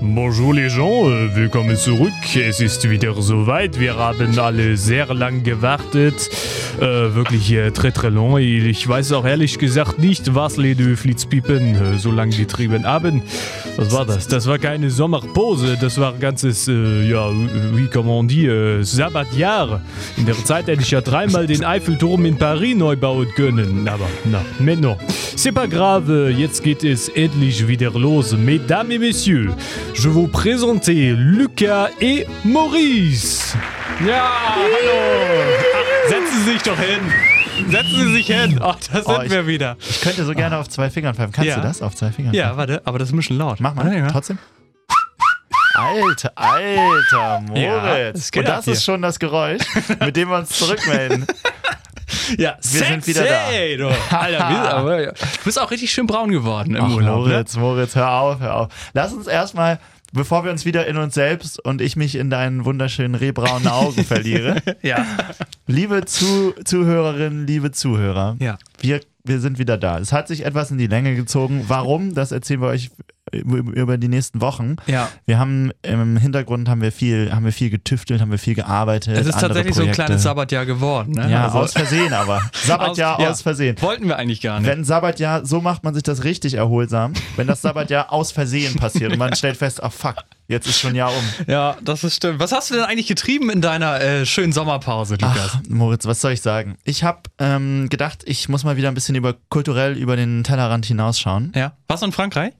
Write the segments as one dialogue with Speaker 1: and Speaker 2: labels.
Speaker 1: Bonjour les gens, äh, willkommen zurück. Es ist wieder soweit. Wir haben alle sehr lang gewartet. Äh, wirklich äh, très très long. Ich weiß auch ehrlich gesagt nicht, was Lede Flitzpiepen äh, so lang getrieben haben. Was war das? Das war keine Sommerpause, das war ein ganzes, äh, ja, wie kann man die, äh, Sabbatjahr. In der Zeit hätte ich ja dreimal den Eiffelturm in Paris neu bauen können. Aber na, maintenant. C'est pas grave, jetzt geht es endlich wieder los. Mesdames et messieurs, je vous présente Lucas et Maurice. Ja, hallo. Ach, setzen Sie sich doch hin. Setzen Sie sich hin. Oh, da sind
Speaker 2: Oh, ich-
Speaker 1: wir wieder.
Speaker 2: Ich könnte so gerne auf zwei Fingern pfeifen. Kannst
Speaker 3: Ja.
Speaker 2: du das auf zwei Fingern?
Speaker 3: Ja, warte, aber das ist ein bisschen laut.
Speaker 2: Mach mal.
Speaker 3: Ja, ja.
Speaker 2: Trotzdem. Alter, alter
Speaker 3: Ja,
Speaker 2: Moritz.
Speaker 3: es geht
Speaker 2: Und
Speaker 3: ab
Speaker 2: das
Speaker 3: hier.
Speaker 2: ist schon das Geräusch, mit dem wir uns zurückmelden.
Speaker 3: Ja,
Speaker 2: Wir sind wieder da.
Speaker 3: sexy, du. Alter, wir, aber, ja. du bist auch richtig schön braun geworden im
Speaker 2: Ach,
Speaker 3: Urlaub. Ne?
Speaker 2: Moritz, Moritz, hör auf, hör auf. Lass uns erstmal, bevor wir uns wieder in uns selbst und ich mich in deinen wunderschönen rehbraunen Augen verliere.
Speaker 3: Ja.
Speaker 2: Liebe Zu Zuhörerinnen, liebe Zuhörer,
Speaker 3: Ja.
Speaker 2: wir, wir sind wieder da. Es hat sich etwas in die Länge gezogen. Warum? Das erzählen wir euch über die nächsten Wochen.
Speaker 3: Ja.
Speaker 2: Wir haben im Hintergrund haben wir viel, haben wir viel getüftelt, haben wir viel gearbeitet.
Speaker 3: Es ist
Speaker 2: andere
Speaker 3: tatsächlich so ein
Speaker 2: Projekte.
Speaker 3: kleines Sabbatjahr geworden. Ne?
Speaker 2: Ja,
Speaker 3: Also-
Speaker 2: aus Versehen aber. Sabbatjahr aus,
Speaker 3: ja.
Speaker 2: Versehen.
Speaker 3: Wollten wir eigentlich gar nicht.
Speaker 2: Wenn Sabbatjahr, so macht man sich das richtig erholsam, wenn das Sabbatjahr aus Versehen passiert und man stellt fest, ach fuck, jetzt ist schon Jahr um.
Speaker 3: ja, das ist stimmt. Was hast du denn eigentlich getrieben in deiner äh, schönen Sommerpause, Lukas?
Speaker 2: Ach, Moritz, was soll ich sagen? Ich habe ähm, gedacht, ich muss mal wieder ein bisschen über kulturell über den Tellerrand hinausschauen.
Speaker 3: Ja. Warst du in Frankreich?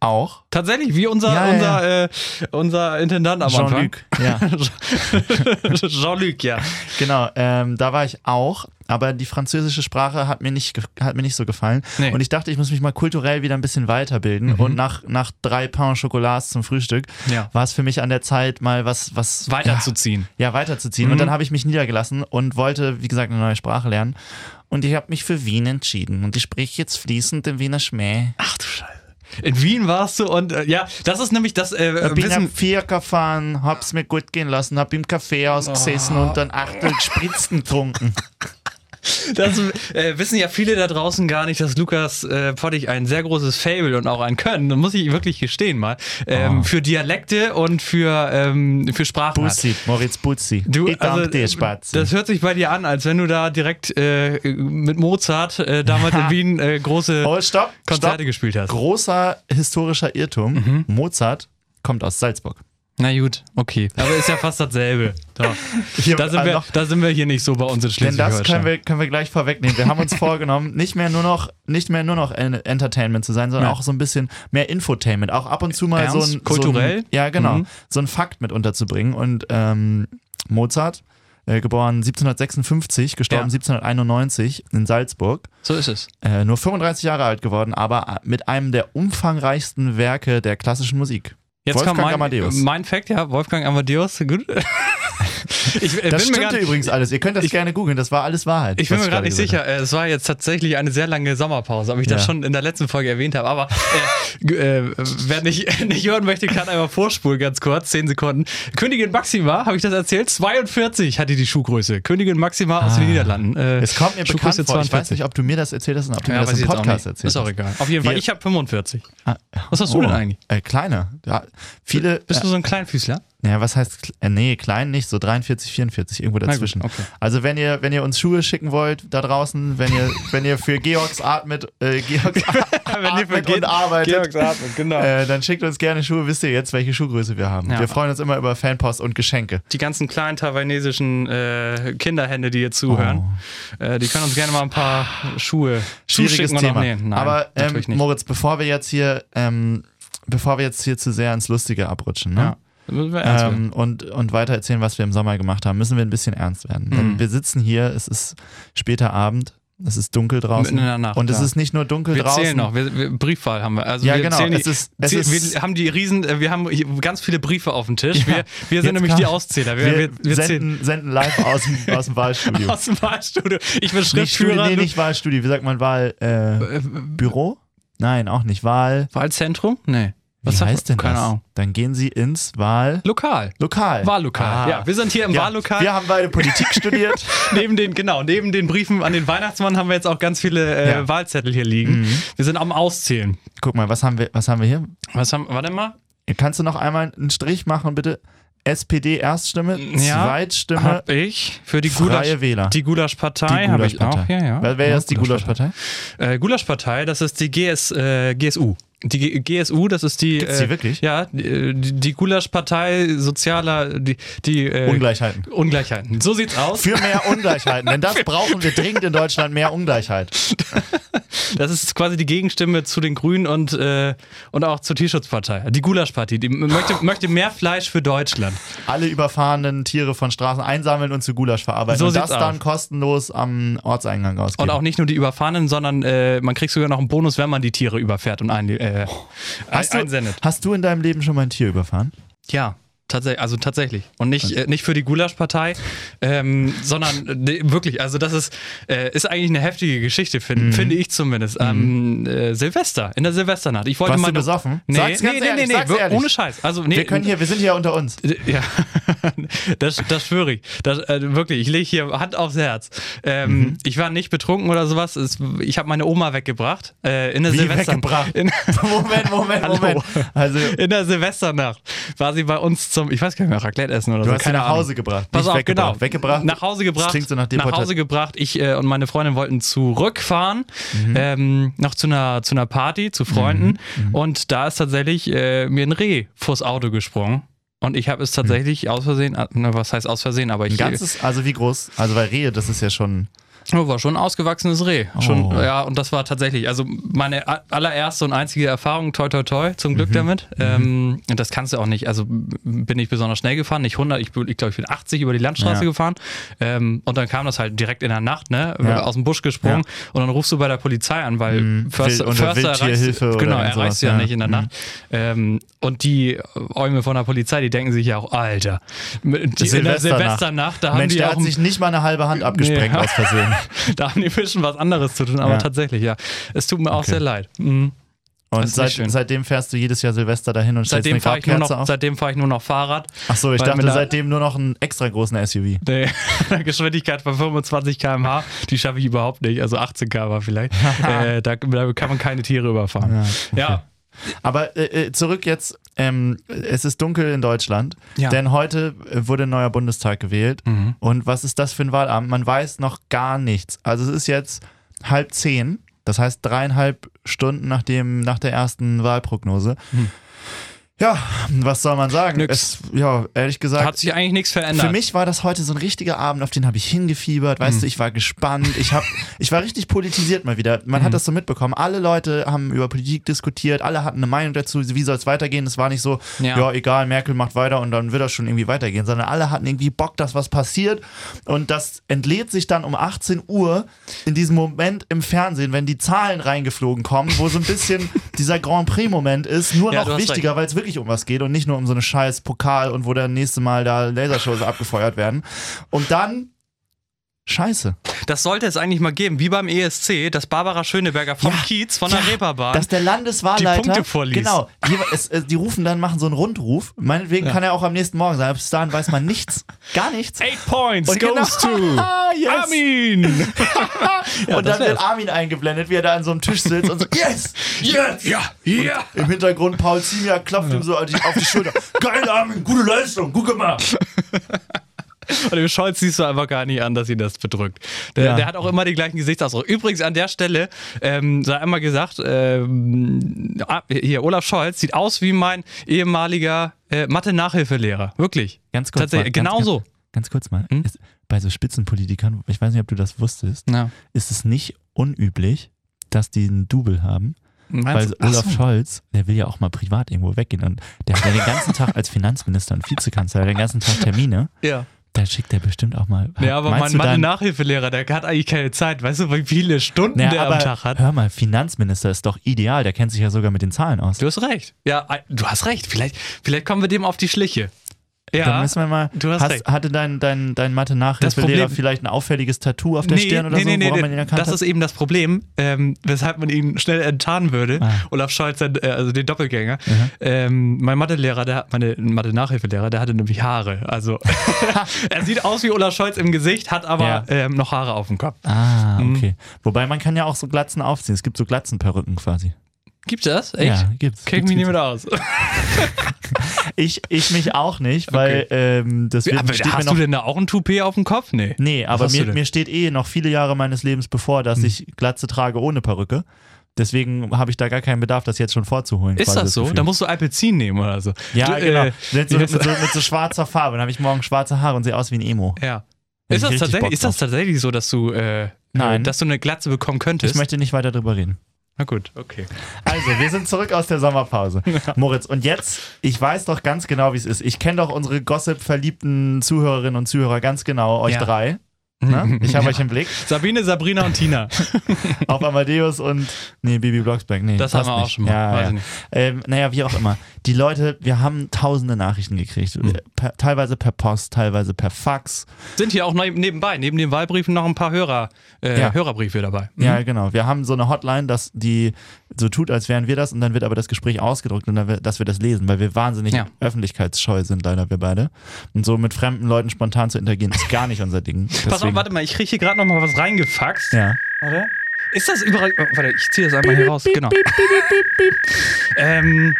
Speaker 2: Auch.
Speaker 3: Tatsächlich, wie unser,
Speaker 2: Ja, ja,
Speaker 3: unser, Äh, unser Intendant am
Speaker 2: Jean-Luc. Ja.
Speaker 3: Anfang. Jean-Luc, ja.
Speaker 2: Genau, ähm, da war ich auch, aber die französische Sprache hat mir nicht, ge- hat mir nicht so gefallen.
Speaker 3: Nee. Mhm.
Speaker 2: Und ich dachte, ich muss mich mal kulturell wieder ein bisschen weiterbilden. Und nach, nach drei Pain Chocolats zum Frühstück
Speaker 3: Ja.
Speaker 2: war es für mich an der Zeit, mal was, was
Speaker 3: Weiterzuziehen. Mhm.
Speaker 2: Ja, weiterzuziehen. Und dann habe ich mich niedergelassen und wollte, wie gesagt, eine neue Sprache lernen. Und ich habe mich für Wien entschieden. Und ich spreche jetzt fließend den Wiener Schmäh.
Speaker 3: Ach du Scheiße. In Wien warst du und äh, ja, das ist nämlich das äh,
Speaker 2: bin am
Speaker 3: Wissen.
Speaker 2: Vier gefahren, hab's mir gut gehen lassen, hab im Café
Speaker 3: Ah.
Speaker 2: ausgesessen und dann Achtel gespritzten getrunken.
Speaker 3: Das äh, wissen ja viele da draußen gar nicht, dass Lukas äh, Pottich ein sehr großes Fable und auch ein Können, das muss ich wirklich gestehen mal, ähm,
Speaker 2: Oh.
Speaker 3: für Dialekte und für, ähm, für Sprachen. hat.
Speaker 2: Bussi, Moritz Bussi. ich danke dir, Spatzi.
Speaker 3: also, Das hört sich bei dir an, als wenn du da direkt äh, mit Mozart äh, damals in Wien äh, große
Speaker 2: Oh, stopp.
Speaker 3: Konzerte
Speaker 2: stopp.
Speaker 3: gespielt Mhm. hast.
Speaker 2: Großer historischer Irrtum. Mozart kommt aus Salzburg.
Speaker 3: Na gut, okay. Aber ist ja fast dasselbe. Da,
Speaker 2: Hier,
Speaker 3: da, sind,
Speaker 2: äh,
Speaker 3: wir,
Speaker 2: noch-
Speaker 3: da sind wir hier nicht so bei uns
Speaker 2: denn
Speaker 3: in
Speaker 2: das können
Speaker 3: Schleswig-Holstein.
Speaker 2: wir, können wir gleich vorwegnehmen. Wir haben uns vorgenommen, nicht mehr nur noch, nicht mehr nur noch en- Entertainment zu sein, sondern
Speaker 3: Ja.
Speaker 2: auch so ein bisschen mehr Infotainment. Auch ab und zu mal
Speaker 3: Ernst?
Speaker 2: so ein So
Speaker 3: Kulturell?
Speaker 2: ein, ja, genau.
Speaker 3: Mhm.
Speaker 2: So ein Fakt mit unterzubringen. Und ähm, Mozart, äh, geboren 1756, gestorben
Speaker 3: Ja.
Speaker 2: 1791 in Salzburg.
Speaker 3: So ist es.
Speaker 2: Äh, nur 35 Jahre alt geworden, aber mit einem der umfangreichsten Werke der klassischen Musik.
Speaker 3: Jetzt
Speaker 2: Wolfgang
Speaker 3: kommt mein,
Speaker 2: Amadeus.
Speaker 3: mein Fact, ja, Wolfgang Amadeus, gut. ich äh,
Speaker 2: Das
Speaker 3: bin mir gar
Speaker 2: stimmte
Speaker 3: nicht,
Speaker 2: übrigens alles. Ihr könnt das gerne googeln. Das war alles Wahrheit.
Speaker 3: ich bin
Speaker 2: was
Speaker 3: mir gerade nicht
Speaker 2: gesagt
Speaker 3: sicher, äh, es war jetzt tatsächlich eine sehr lange Sommerpause, ob ich das
Speaker 2: Ja.
Speaker 3: schon in der letzten Folge erwähnt habe, aber äh, g- äh, wer nicht, nicht hören möchte, kann einmal vorspulen, ganz kurz, 10 Sekunden. Königin Maxima, habe ich das erzählt? 42 hatte die Schuhgröße. Königin Maxima aus den Niederlanden.
Speaker 2: habe.
Speaker 3: Äh,
Speaker 2: Ah. Es kommt mir bekannt
Speaker 3: Schuhgröße
Speaker 2: vor. Ich weiß nicht, ob du mir das erzählt hast und ob du
Speaker 3: ja,
Speaker 2: mir
Speaker 3: weiß
Speaker 2: das
Speaker 3: ich
Speaker 2: im
Speaker 3: jetzt auch
Speaker 2: Podcast
Speaker 3: nicht.
Speaker 2: erzählt
Speaker 3: Ist auch
Speaker 2: hast.
Speaker 3: egal. Auf jeden Fall,
Speaker 2: Wir-
Speaker 3: ich habe 45.
Speaker 2: Ah,
Speaker 3: Was hast du denn eigentlich?
Speaker 2: Äh, kleine. Ja, viele.
Speaker 3: Bist du
Speaker 2: äh,
Speaker 3: so ein Kleinfüßler?
Speaker 2: ja, was heißt. kle- Äh, nee, klein nicht. So 43, 44, irgendwo
Speaker 3: gut,
Speaker 2: dazwischen.
Speaker 3: okay.
Speaker 2: Also, wenn ihr, wenn ihr uns Schuhe schicken wollt, da draußen, wenn ihr, wenn ihr für Georgs atmet, äh, Georgs atmet und arbeitet.
Speaker 3: genau.
Speaker 2: Äh, dann schickt uns gerne Schuhe, wisst ihr jetzt, welche Schuhgröße wir haben.
Speaker 3: Ja.
Speaker 2: Wir freuen uns immer über Fanpost und Geschenke.
Speaker 3: die ganzen kleinen taiwanesischen äh, Kinderhände, die hier zuhören, äh, die können uns gerne mal ein paar Schuhe, Schuhe
Speaker 2: schwieriges
Speaker 3: schicken und
Speaker 2: Oh. Thema.
Speaker 3: auch nähen. Nein,
Speaker 2: Aber ähm,
Speaker 3: natürlich nicht.
Speaker 2: Moritz, bevor wir jetzt hier, ähm, bevor wir jetzt hier zu sehr ins Lustige abrutschen, ne?
Speaker 3: Ja. Das müssen wir ernst werden.
Speaker 2: Ähm, und, und weiter erzählen, was wir im Sommer gemacht haben, müssen wir ein bisschen ernst werden. Denn
Speaker 3: Mhm.
Speaker 2: wir sitzen hier, es ist später Abend, es ist dunkel draußen.
Speaker 3: Mitten in der Nacht,
Speaker 2: und es
Speaker 3: ja.
Speaker 2: ist nicht nur dunkel
Speaker 3: wir
Speaker 2: draußen.
Speaker 3: zählen noch, wir, wir, Briefwahl haben wir. Also
Speaker 2: Ja,
Speaker 3: wir
Speaker 2: genau.
Speaker 3: Zählen die,
Speaker 2: Es ist- es
Speaker 3: zäh-
Speaker 2: ist-
Speaker 3: wir haben die Riesen, äh, wir haben hier ganz viele Briefe auf dem Tisch.
Speaker 2: Ja.
Speaker 3: Wir, wir
Speaker 2: Jetzt
Speaker 3: sind nämlich die
Speaker 2: kam-
Speaker 3: Auszähler. Wir,
Speaker 2: Wir,
Speaker 3: wir, wir zählen
Speaker 2: senden, senden live aus dem, aus dem Wahlstudio.
Speaker 3: aus dem Wahlstudio. Ich bin
Speaker 2: nicht,
Speaker 3: Schriftführer.
Speaker 2: Studio, nee,
Speaker 3: du-
Speaker 2: nicht Wahlstudio, wie sagt man Wahl? Äh,
Speaker 3: Äh,
Speaker 2: Büro? Nein, auch nicht. Wahl.
Speaker 3: Wahlzentrum? Nee.
Speaker 2: Was
Speaker 3: sagt-
Speaker 2: heißt denn
Speaker 3: Keine
Speaker 2: das?
Speaker 3: Ahnung.
Speaker 2: Dann gehen Sie ins Wahl.
Speaker 3: Lokal.
Speaker 2: Lokal.
Speaker 3: Wahllokal.
Speaker 2: Ah.
Speaker 3: Ja, wir sind hier im
Speaker 2: Ja,
Speaker 3: Wahllokal.
Speaker 2: Wir haben beide Politik studiert.
Speaker 3: neben den, genau, neben den Briefen an den Weihnachtsmann haben wir jetzt auch ganz viele äh,
Speaker 2: Ja. Mhm.
Speaker 3: Wahlzettel hier liegen. Wir sind am Auszählen.
Speaker 2: Guck mal, was haben wir, was haben wir hier?
Speaker 3: Was haben, warte mal.
Speaker 2: Kannst du noch einmal einen Strich machen, bitte? SPD Erststimme,
Speaker 3: Ja,
Speaker 2: Zweitstimme,
Speaker 3: Hab ich für die Gulasch,
Speaker 2: Freie Wähler.
Speaker 3: die Gulaschpartei habe ich auch. Ja, ja.
Speaker 2: Wer, wer
Speaker 3: ja,
Speaker 2: ist die Gulaschpartei?
Speaker 3: Äh, Gulaschpartei, das ist die GS, äh, GSU. Die G GSU, das ist die.
Speaker 2: Gibt's die
Speaker 3: äh,
Speaker 2: wirklich?
Speaker 3: Ja, die, die Gulaschpartei sozialer. Die, die, äh,
Speaker 2: Ungleichheiten.
Speaker 3: Ungleichheiten. So sieht's aus.
Speaker 2: Für mehr Ungleichheiten, denn das brauchen wir dringend in Deutschland, mehr Ungleichheit.
Speaker 3: Das ist quasi die Gegenstimme zu den Grünen und, äh, und auch zur Tierschutzpartei. Die Gulaschpartei, die möchte, möchte mehr Fleisch für Deutschland.
Speaker 2: Alle überfahrenen Tiere von Straßen einsammeln und zu Gulasch verarbeiten.
Speaker 3: So
Speaker 2: und das
Speaker 3: sieht's
Speaker 2: dann
Speaker 3: aus.
Speaker 2: kostenlos am Ortseingang ausgeben.
Speaker 3: Und auch nicht nur die Überfahrenen, sondern äh, man kriegt sogar noch einen Bonus, wenn man die Tiere überfährt und ein, äh,
Speaker 2: Oh. hast,
Speaker 3: ein-
Speaker 2: du,
Speaker 3: einsendet.
Speaker 2: hast du in deinem Leben schon mal ein Tier überfahren?
Speaker 3: Ja, tatsächlich, also tatsächlich. Und nicht, äh, nicht für die Gulaschpartei, ähm, sondern äh, nee, wirklich, also das ist, äh, ist eigentlich eine heftige Geschichte, find,
Speaker 2: Mhm.
Speaker 3: finde ich zumindest. Ähm, äh, Silvester, in der Silvesternacht. Ich wollte
Speaker 2: Warst
Speaker 3: mal
Speaker 2: du besoffen?
Speaker 3: Nee,
Speaker 2: Sag's
Speaker 3: nee,
Speaker 2: ganz
Speaker 3: nee,
Speaker 2: ehrlich,
Speaker 3: nee,
Speaker 2: sag's
Speaker 3: wir-
Speaker 2: ehrlich.
Speaker 3: ohne Scheiß. Also, nee,
Speaker 2: Wir können hier, wir sind hier unter uns.
Speaker 3: ja, das, das schwöre ich. Das, äh, wirklich, ich lege hier Hand aufs Herz. Ähm,
Speaker 2: Mhm.
Speaker 3: Ich war nicht betrunken oder sowas. Es, ich habe meine Oma weggebracht. Äh, in der
Speaker 2: Wie
Speaker 3: Silvester
Speaker 2: weggebracht?
Speaker 3: In,
Speaker 2: Moment, Moment,
Speaker 3: Hallo.
Speaker 2: Moment. Also, du
Speaker 3: in der Silvesternacht war sie bei uns zum, ich weiß gar nicht mehr, Raclette essen oder so.
Speaker 2: hast sie
Speaker 3: keine
Speaker 2: nach
Speaker 3: Ahnung.
Speaker 2: Hause gebracht.
Speaker 3: Pass
Speaker 2: nicht
Speaker 3: auf,
Speaker 2: weggebracht.
Speaker 3: genau.
Speaker 2: Weggebracht.
Speaker 3: Nach Hause gebracht.
Speaker 2: Das klingt so nach
Speaker 3: nach
Speaker 2: Deportat-
Speaker 3: Hause gebracht. Ich äh, und meine Freundin wollten zurückfahren,
Speaker 2: Mhm.
Speaker 3: ähm, noch zu einer, zu einer Party, zu Freunden. Und da ist tatsächlich äh, mir ein Reh vors Auto gesprungen. Und ich habe es tatsächlich aus Versehen, äh, na, was heißt aus Versehen, aber
Speaker 2: Ein
Speaker 3: ich äh,
Speaker 2: ganzes, also wie groß? Also bei Rehe, das ist ja schon.
Speaker 3: Oh, war schon ein ausgewachsenes Reh. Schon,
Speaker 2: Oh.
Speaker 3: Ja, und das war tatsächlich, also meine a- allererste und einzige Erfahrung, toi toi toi, zum
Speaker 2: Mhm.
Speaker 3: Glück damit. Ähm, und das kannst du auch nicht. Also m- bin ich besonders schnell gefahren, nicht 100, ich, bin- ich glaube, ich bin 80 über die Landstraße
Speaker 2: Ja.
Speaker 3: gefahren. Ähm, und dann kam das halt direkt in der Nacht, ne,
Speaker 2: Ja. Mhm.
Speaker 3: aus dem Busch gesprungen. Und dann rufst du bei der Polizei an, weil Förster,
Speaker 2: Wild- oder
Speaker 3: Förster erreichst,
Speaker 2: Wildtierhilfe oder
Speaker 3: genau,
Speaker 2: irgend sowas,
Speaker 3: erreichst du ja,
Speaker 2: ja.
Speaker 3: nicht in der
Speaker 2: Mhm.
Speaker 3: Nacht. Ähm, und die Äume von der Polizei, die denken sich ja auch, Alter, mit- die, in der Silvesternacht, da haben
Speaker 2: Mensch,
Speaker 3: die
Speaker 2: der
Speaker 3: auch
Speaker 2: hat sich nicht mal eine halbe Hand abgesprengt
Speaker 3: Nee.
Speaker 2: aus Versehen.
Speaker 3: da haben die Fischen was anderes zu tun, aber
Speaker 2: Ja.
Speaker 3: tatsächlich, ja. Es tut mir auch
Speaker 2: Okay.
Speaker 3: sehr leid. Mhm.
Speaker 2: Und
Speaker 3: ist nicht
Speaker 2: seit,
Speaker 3: schön.
Speaker 2: seitdem fährst du jedes Jahr Silvester dahin und stellst
Speaker 3: Seitdem
Speaker 2: eine
Speaker 3: fahre ich, nur
Speaker 2: Grabkerze
Speaker 3: noch-
Speaker 2: auf.
Speaker 3: seitdem fahr ich nur noch Fahrrad.
Speaker 2: Achso, ich
Speaker 3: weil mir
Speaker 2: dachte
Speaker 3: da-
Speaker 2: seitdem nur noch einen extra großen SUV.
Speaker 3: Nee, eine Geschwindigkeit von 25 km/h, die schaffe ich überhaupt nicht. Also 18 km/h vielleicht. äh, da, da kann man keine Tiere überfahren. Ja,
Speaker 2: Aber äh, äh, zurück jetzt, ähm, es ist dunkel in Deutschland,
Speaker 3: Ja. Mhm.
Speaker 2: denn heute äh, wurde ein neuer Bundestag gewählt. Und was ist das für ein Wahlabend? Man weiß noch gar nichts. Also es ist jetzt halb zehn, das heißt dreieinhalb Stunden nach, dem, nach der ersten Wahlprognose. Ja, was soll man sagen?
Speaker 3: Hm.
Speaker 2: Es,
Speaker 3: Nix.
Speaker 2: ja, ehrlich gesagt,
Speaker 3: hat sich eigentlich nichts verändert.
Speaker 2: Für mich war das heute so ein richtiger Abend, auf den habe ich hingefiebert, weißt du, ich war gespannt, ich hab, ich war richtig politisiert mal wieder. Man hat das so mitbekommen. Alle Leute haben über Politik diskutiert, alle hatten eine Meinung dazu, wie soll es weitergehen. Es war nicht so, ja.
Speaker 3: Ja.
Speaker 2: egal, Merkel macht weiter und dann wird das schon irgendwie weitergehen, sondern alle hatten irgendwie Bock, dass was passiert. Und das entlädt sich dann um 18 Uhr in diesem Moment im Fernsehen, wenn die Zahlen reingeflogen kommen, wo so ein bisschen dieser Grand Prix-Moment ist, nur
Speaker 3: Ja, du
Speaker 2: noch
Speaker 3: hast recht.
Speaker 2: wichtiger, weil es wirklich um was geht und nicht nur um so eine scheiß Pokal und wo dann nächste Mal da Lasershows abgefeuert werden. Und dann Scheiße.
Speaker 3: Das sollte es eigentlich mal geben, wie beim E ESC, dass Barbara Schöneberger vom
Speaker 2: Ja.
Speaker 3: Kiez, von der Reeperbahn.
Speaker 2: Dass der Landeswahlleiter.
Speaker 3: Die Punkte vorliest.
Speaker 2: Genau. Die, es, es, die rufen dann, machen so einen Rundruf. Meinetwegen kann er auch am nächsten Morgen sein. Bis dahin weiß man nichts. Gar nichts.
Speaker 3: Eight points
Speaker 2: Und
Speaker 3: goes
Speaker 2: genau- Ah,
Speaker 3: to
Speaker 2: yes.
Speaker 3: Armin.
Speaker 2: und
Speaker 3: das
Speaker 2: dann wird
Speaker 3: wär's.
Speaker 2: Armin eingeblendet, wie er da an so einem Tisch sitzt und so, yes! Yes!
Speaker 3: Ja, ja.
Speaker 2: Im Hintergrund Paul Ziemiak klopft ihm so auf die, auf die Schulter. Geil, Armin, gute Leistung, gut gemacht.
Speaker 3: Und dem Scholz siehst du einfach gar nicht an, dass ihn das bedrückt. Der,
Speaker 2: Ja.
Speaker 3: der hat auch immer den gleichen Gesichtsausdruck. Übrigens an der Stelle ähm, sei einmal gesagt, ähm, ah, hier Olaf Scholz sieht aus wie mein ehemaliger äh, Mathe-Nachhilfelehrer. Wirklich.
Speaker 2: Ganz kurz
Speaker 3: Tatsächlich,
Speaker 2: mal, ganz
Speaker 3: genau so.
Speaker 2: Ganz kurz mal,
Speaker 3: Hm?
Speaker 2: ist, bei so Spitzenpolitikern, ich weiß nicht, ob du das wusstest,
Speaker 3: Ja.
Speaker 2: ist es nicht unüblich, dass die einen Double haben. Weil Olaf Scholz, der will ja auch mal privat irgendwo weggehen und der hat ja den ganzen Tag als Finanzminister und Vizekanzler den ganzen Tag Termine.
Speaker 3: Ja.
Speaker 2: Da schickt er bestimmt auch mal.
Speaker 3: ja, aber
Speaker 2: Meinst du
Speaker 3: mein
Speaker 2: dann-
Speaker 3: Mathe-Nachhilfelehrer, der hat eigentlich keine Zeit. Weißt du, wie viele Stunden
Speaker 2: Naja,
Speaker 3: der
Speaker 2: aber
Speaker 3: am Tag hat?
Speaker 2: Hör mal, Finanzminister ist doch ideal. Der kennt sich ja sogar mit den Zahlen aus.
Speaker 3: Du hast recht. Ja, äh, du hast recht. Vielleicht, vielleicht kommen wir dem auf die Schliche.
Speaker 2: Dann
Speaker 3: Ja.
Speaker 2: müssen wir mal.
Speaker 3: du hast recht.
Speaker 2: hatte dein, dein, dein
Speaker 3: Das
Speaker 2: Mathe-Nachhilfelehrer
Speaker 3: Problem-
Speaker 2: vielleicht ein auffälliges Tattoo auf der Stirn oder so, woran man ihn erkannt
Speaker 3: das
Speaker 2: hat?
Speaker 3: ist eben das Problem, ähm, weshalb man ihn schnell enttarnen würde.
Speaker 2: Ah.
Speaker 3: Olaf Scholz, äh, also den Doppelgänger. Ähm, mein Mathelehrer, der, meine Mathe-Nachhilfelehrer, der hatte nämlich Haare. Also er sieht aus wie Olaf Scholz im Gesicht, hat aber
Speaker 2: Ja.
Speaker 3: ähm, noch Haare auf dem Kopf. Mhm.
Speaker 2: ah, okay. Wobei man kann ja auch so Glatzen aufziehen. Es gibt so Glatzenperücken quasi.
Speaker 3: Gibt das? Echt?
Speaker 2: Ja, gibt's.
Speaker 3: Kenn ich
Speaker 2: Gibt's,
Speaker 3: mich nicht mehr aus.
Speaker 2: Ich, ich mich auch nicht, weil ähm, das wird, steht mir
Speaker 3: hast
Speaker 2: noch.
Speaker 3: du denn da auch ein Toupet auf dem Kopf? Nee.
Speaker 2: Nee, aber
Speaker 3: hast du
Speaker 2: mir,
Speaker 3: denn? Hm.
Speaker 2: mir steht eh noch viele Jahre meines Lebens bevor, dass ich Glatze trage ohne Perücke. Deswegen habe ich da gar keinen Bedarf, das jetzt schon vorzuholen.
Speaker 3: Ist
Speaker 2: quasi,
Speaker 3: das so?
Speaker 2: Gefühl.
Speaker 3: Da musst du Alpecin nehmen oder so.
Speaker 2: ja,
Speaker 3: du,
Speaker 2: genau.
Speaker 3: äh,
Speaker 2: mit, so,
Speaker 3: wie
Speaker 2: mit,
Speaker 3: heißt
Speaker 2: so, mit so schwarzer Farbe. Dann habe ich morgen schwarze Haare und sehe aus wie ein Emo.
Speaker 3: Ja.
Speaker 2: Hätte ich richtig Bock
Speaker 3: Ist das, tatsächlich, ist das tatsächlich so, dass du, äh,
Speaker 2: Nein.
Speaker 3: äh, dass du eine Glatze bekommen könntest?
Speaker 2: Ich möchte nicht weiter drüber reden.
Speaker 3: Na gut, okay.
Speaker 2: Also, wir sind zurück aus der Sommerpause. Moritz, und jetzt, ich weiß doch ganz genau, wie es ist. Ich kenne doch unsere Gossip-verliebten Zuhörerinnen und Zuhörer ganz genau, euch
Speaker 3: Ja.
Speaker 2: drei. Ne? Ich habe euch im Blick.
Speaker 3: Sabine, Sabrina und Tina.
Speaker 2: Auf Amadeus und. Nee, Bibi Blocksberg. Nee,
Speaker 3: Das
Speaker 2: passt
Speaker 3: haben wir auch
Speaker 2: nicht.
Speaker 3: schon mal.
Speaker 2: Ja,
Speaker 3: Weiß
Speaker 2: ja.
Speaker 3: ich nicht.
Speaker 2: Ähm, naja, wie auch immer. Die Leute, wir haben tausende Nachrichten gekriegt.
Speaker 3: Hm.
Speaker 2: Per, teilweise per Post, teilweise per Fax.
Speaker 3: Sind hier auch neu- nebenbei, neben den Wahlbriefen noch ein paar Hörer, äh,
Speaker 2: Ja.
Speaker 3: Hörerbriefe dabei.
Speaker 2: Ja, genau. Wir haben so eine Hotline, dass die so tut, als wären wir das, und dann wird aber das Gespräch ausgedruckt und dann, wir- dass wir das lesen, weil wir wahnsinnig
Speaker 3: Ja.
Speaker 2: öffentlichkeitsscheu sind, leider wir beide. Und so mit fremden Leuten spontan zu interagieren, ist gar nicht unser Ding.
Speaker 3: Pass auf,
Speaker 2: Deswegen-
Speaker 3: warte mal, ich kriege hier gerade noch mal was reingefaxt.
Speaker 2: Ja.
Speaker 3: Warte. Ist das überall. oh, Warte, ich ziehe das einmal hier raus. Genau. Ähm,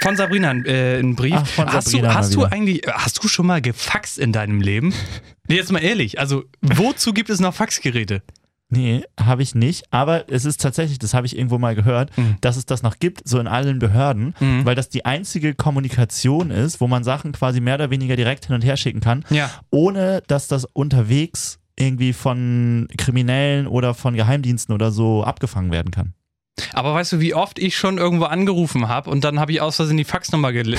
Speaker 3: von Sabrina äh, ein Brief.
Speaker 2: Ach, von
Speaker 3: hast
Speaker 2: Sabrina
Speaker 3: du,
Speaker 2: mal
Speaker 3: hast du
Speaker 2: wieder.
Speaker 3: eigentlich, äh, hast du schon mal gefaxt in deinem Leben? Nee, jetzt mal ehrlich, also wozu gibt es noch Faxgeräte?
Speaker 2: Nee, habe ich nicht. Aber es ist tatsächlich, das habe ich irgendwo mal gehört,
Speaker 3: Mhm.
Speaker 2: dass es das noch gibt, so in allen Behörden, weil das die einzige Kommunikation ist, wo man Sachen quasi mehr oder weniger direkt hin und her schicken kann,
Speaker 3: Ja.
Speaker 2: ohne dass das unterwegs irgendwie von Kriminellen oder von Geheimdiensten oder so abgefangen werden kann.
Speaker 3: Aber weißt du, wie oft ich schon irgendwo angerufen habe und dann habe ich aus Versehen die Faxnummer ge äh,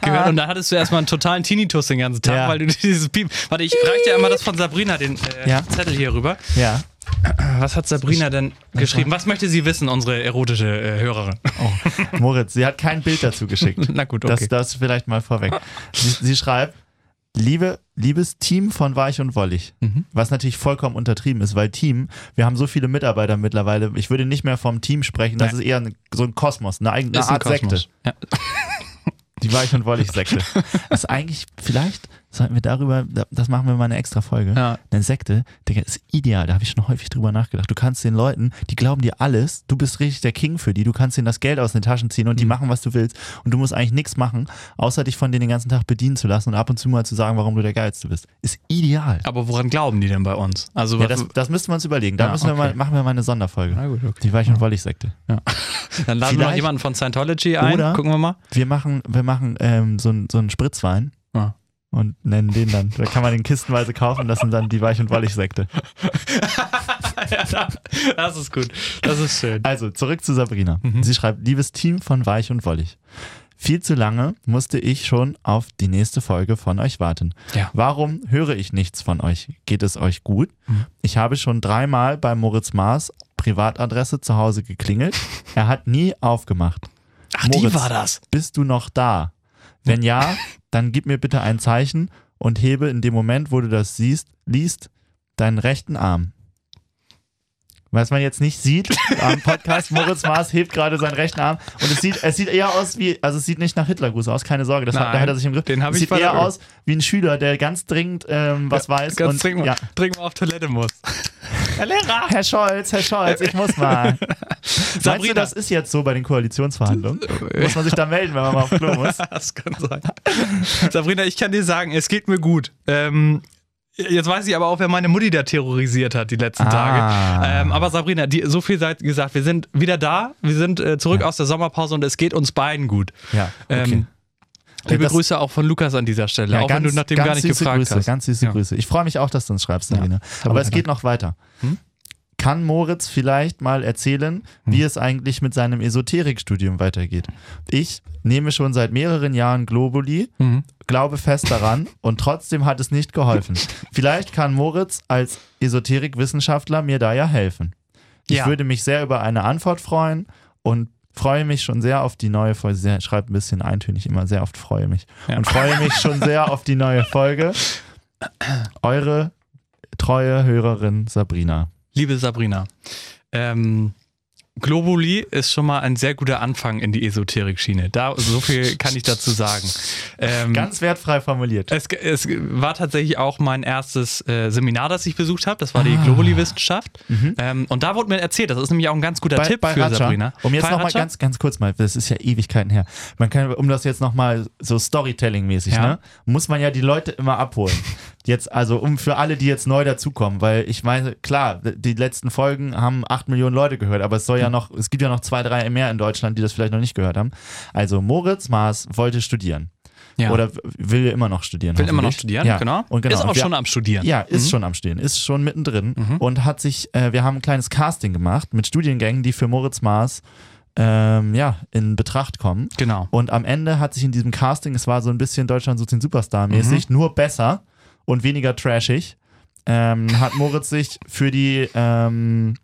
Speaker 3: gehört und dann hattest du erstmal einen totalen Tinnitus den ganzen Tag,
Speaker 2: Ja.
Speaker 3: weil du dieses Piep. Warte, ich reiche dir einmal das von Sabrina, den äh,
Speaker 2: Ja.
Speaker 3: Zettel hier rüber.
Speaker 2: Ja.
Speaker 3: Was hat Sabrina denn geschrieben? Was möchte sie wissen, unsere erotische äh, Hörerin?
Speaker 2: Oh, Moritz, sie hat kein Bild dazu geschickt.
Speaker 3: Na gut,
Speaker 2: Das,
Speaker 3: okay.
Speaker 2: das vielleicht mal vorweg. Sie, sie schreibt, Liebe, liebes Team von Weich und Wollig,
Speaker 3: Mhm.
Speaker 2: was natürlich vollkommen untertrieben ist, weil Team, wir haben so viele Mitarbeiter mittlerweile, ich würde nicht mehr vom Team sprechen, das
Speaker 3: Nein.
Speaker 2: ist eher ein, so ein Kosmos, eine eigene
Speaker 3: Ist ein
Speaker 2: Art
Speaker 3: Kosmos.
Speaker 2: Sekte. Die Weich und Wollig-Sekte. Das ist eigentlich, vielleicht sollten wir darüber, das machen wir mal eine extra Folge.
Speaker 3: Ja.
Speaker 2: Eine Sekte, Digga, ist ideal, da habe ich schon häufig drüber nachgedacht. Du kannst den Leuten, die glauben dir alles, du bist richtig der King für die, du kannst denen das Geld aus den Taschen ziehen
Speaker 3: Mhm.
Speaker 2: und die machen, was du willst. Und du musst eigentlich nichts machen, außer dich von denen den ganzen Tag bedienen zu lassen und ab und zu mal zu sagen, warum du der Geilste bist. Ist ideal.
Speaker 3: Aber woran glauben die denn bei uns? Also
Speaker 2: Ja,
Speaker 3: was-
Speaker 2: das, das müssten wir uns überlegen. Da
Speaker 3: Ja,
Speaker 2: müssen wir mal,
Speaker 3: okay.
Speaker 2: machen wir mal eine Sonderfolge.
Speaker 3: Na gut, okay.
Speaker 2: Die Weich- und Wollig-Sekte.
Speaker 3: dann laden wir noch
Speaker 2: vielleicht-
Speaker 3: jemanden von Scientology ein.
Speaker 2: Oder-
Speaker 3: Gucken wir mal.
Speaker 2: Wir machen, wir machen ähm, so, einen- so einen Spritzwein.
Speaker 3: Ja.
Speaker 2: Und nennen den dann. Da kann man den kistenweise kaufen, das sind dann die Weich- und Wollig-Sekte.
Speaker 3: ja, das ist gut. Das ist schön.
Speaker 2: Also, zurück zu Sabrina.
Speaker 3: Mhm.
Speaker 2: Sie schreibt, liebes Team von Weich und Wollig. Viel zu lange musste ich schon auf die nächste Folge von euch warten.
Speaker 3: Ja.
Speaker 2: Warum höre ich nichts von euch? Geht es euch gut?
Speaker 3: Mhm.
Speaker 2: Ich habe schon dreimal bei Moritz Maas Privatadresse zu Hause geklingelt. Er hat nie aufgemacht.
Speaker 3: Ach, die
Speaker 2: Moritz.
Speaker 3: war das.
Speaker 2: Bist du noch da? Wenn ja, dann gib mir bitte ein Zeichen und hebe in dem Moment, wo du das siehst, liest, deinen rechten Arm. Was man jetzt nicht sieht am Podcast, Moritz Maas hebt gerade seinen rechten Arm und es sieht, es sieht eher aus wie, also es sieht nicht nach Hitlergruß aus, keine Sorge, das hat,
Speaker 3: Nein,
Speaker 2: da hat er sich im Griff.
Speaker 3: den hab
Speaker 2: es
Speaker 3: ich
Speaker 2: sieht
Speaker 3: bei
Speaker 2: eher
Speaker 3: der-
Speaker 2: aus wie ein Schüler, der ganz dringend ähm, was weiß.
Speaker 3: Ganz
Speaker 2: und,
Speaker 3: dringend mal,
Speaker 2: ja. Ah,
Speaker 3: dringend mal auf Toilette muss. Herr Lehrer!
Speaker 2: Herr Scholz, Herr Scholz, ich muss mal. Meinst du,
Speaker 3: Sabrina.
Speaker 2: das ist jetzt so bei den Koalitionsverhandlungen? Muss man sich da melden, wenn man mal auf Klo muss?
Speaker 3: Das kann sein. Sabrina, ich kann dir sagen, es geht mir gut. Ähm, jetzt weiß ich aber auch, wer meine Mutti da terrorisiert hat die letzten
Speaker 2: Ah.
Speaker 3: Tage. Ähm, aber Sabrina, die, so viel seid gesagt, wir sind wieder da, wir sind äh, zurück aus der Sommerpause und es geht uns beiden gut.
Speaker 2: Ja, okay.
Speaker 3: Ähm, Liebe
Speaker 2: das-
Speaker 3: Grüße auch von Lukas an dieser Stelle, auch wenn du nach dem gar nicht
Speaker 2: süße
Speaker 3: gefragt
Speaker 2: Grüße,
Speaker 3: hast.
Speaker 2: Ganz süße
Speaker 3: Ja.
Speaker 2: Grüße. Ich freue mich auch, dass du uns schreibst, Sabine. Aber es geht noch weiter.
Speaker 3: Hm?
Speaker 2: Kann Moritz vielleicht mal erzählen,
Speaker 3: Hm.
Speaker 2: wie es eigentlich mit seinem Esoterikstudium weitergeht? Ich nehme schon seit mehreren Jahren Globuli, glaube fest daran und trotzdem hat es nicht geholfen. Vielleicht kann Moritz als Esoterikwissenschaftler mir da ja helfen. Ich
Speaker 3: Ja.
Speaker 2: würde mich sehr über eine Antwort freuen und freue mich schon sehr auf die neue Folge. Sie schreibt ein bisschen eintönig immer sehr oft freue mich. Und freue mich schon sehr auf die neue Folge. Eure treue Hörerin Sabrina.
Speaker 3: Liebe Sabrina, ähm, Globuli ist schon mal ein sehr guter Anfang in die Esoterik-Schiene. Da, so viel kann ich dazu sagen. Ähm,
Speaker 2: Ganz wertfrei formuliert.
Speaker 3: es, es war tatsächlich auch mein erstes äh, Seminar, das ich besucht habe. Das war die Globuli-Wissenschaft. Ähm, und da wurde mir erzählt, das ist nämlich auch ein ganz guter Tipp für
Speaker 2: Mhm. Raja.
Speaker 3: Sabrina.
Speaker 2: Um jetzt
Speaker 3: Bei
Speaker 2: nochmal
Speaker 3: Raja?
Speaker 2: ganz, ganz kurz mal, das ist ja Ewigkeiten her. Man kann, um das jetzt nochmal so Storytelling-mäßig,
Speaker 3: Ja.
Speaker 2: ne? Muss man ja die Leute immer abholen. Jetzt, also um für alle, die jetzt neu dazukommen, weil ich meine, klar, die letzten Folgen haben 8 Millionen Leute gehört, aber es soll ja
Speaker 3: Mhm.
Speaker 2: noch, es gibt ja noch zwei, drei mehr in Deutschland, die das vielleicht noch nicht gehört haben. Also Moritz Maas wollte studieren.
Speaker 3: Ja.
Speaker 2: Oder will immer noch studieren.
Speaker 3: will immer noch
Speaker 2: hoffentlich.
Speaker 3: studieren,
Speaker 2: ja.
Speaker 3: genau.
Speaker 2: Und genau.
Speaker 3: Ist
Speaker 2: Und
Speaker 3: auch
Speaker 2: wir-
Speaker 3: schon am Studieren.
Speaker 2: ja, ist schon am Stehen, ist schon mittendrin und hat sich, äh, wir haben ein kleines Casting gemacht mit Studiengängen, die für Moritz Maas ähm, ja, in Betracht kommen.
Speaker 3: Genau.
Speaker 2: Und am Ende hat sich in diesem Casting, es war so ein bisschen Deutschland sucht den Superstar mäßig, nur besser und weniger trashig, ähm, hat Moritz sich für die ähm,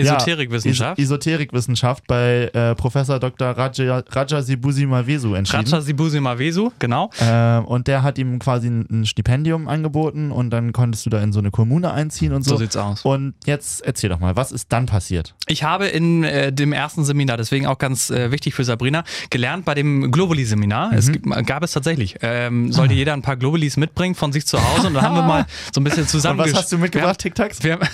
Speaker 3: Esoterikwissenschaft.
Speaker 2: Ja, Es- Esoterikwissenschaft bei äh, Professor Dr. Raja, Raja Sibusi Mavesu entschieden.
Speaker 3: Raja Sibusi Mavesu, genau.
Speaker 2: Ähm, und der hat ihm quasi ein, ein Stipendium angeboten und dann konntest du da in so eine Kommune einziehen und so.
Speaker 3: So sieht's aus.
Speaker 2: Und jetzt erzähl doch mal, was ist dann passiert?
Speaker 3: Ich habe in äh, dem ersten Seminar, deswegen auch ganz äh, wichtig für Sabrina, gelernt bei dem Globally-Seminar.
Speaker 2: Mhm.
Speaker 3: Es gibt, gab es tatsächlich. Ähm, sollte
Speaker 2: Ah.
Speaker 3: jeder ein paar Globalis mitbringen von sich zu Hause und dann haben wir mal so ein bisschen
Speaker 2: Und
Speaker 3: zusammen.
Speaker 2: was hast du mitgebracht, Tic Tacs?
Speaker 3: Wir haben,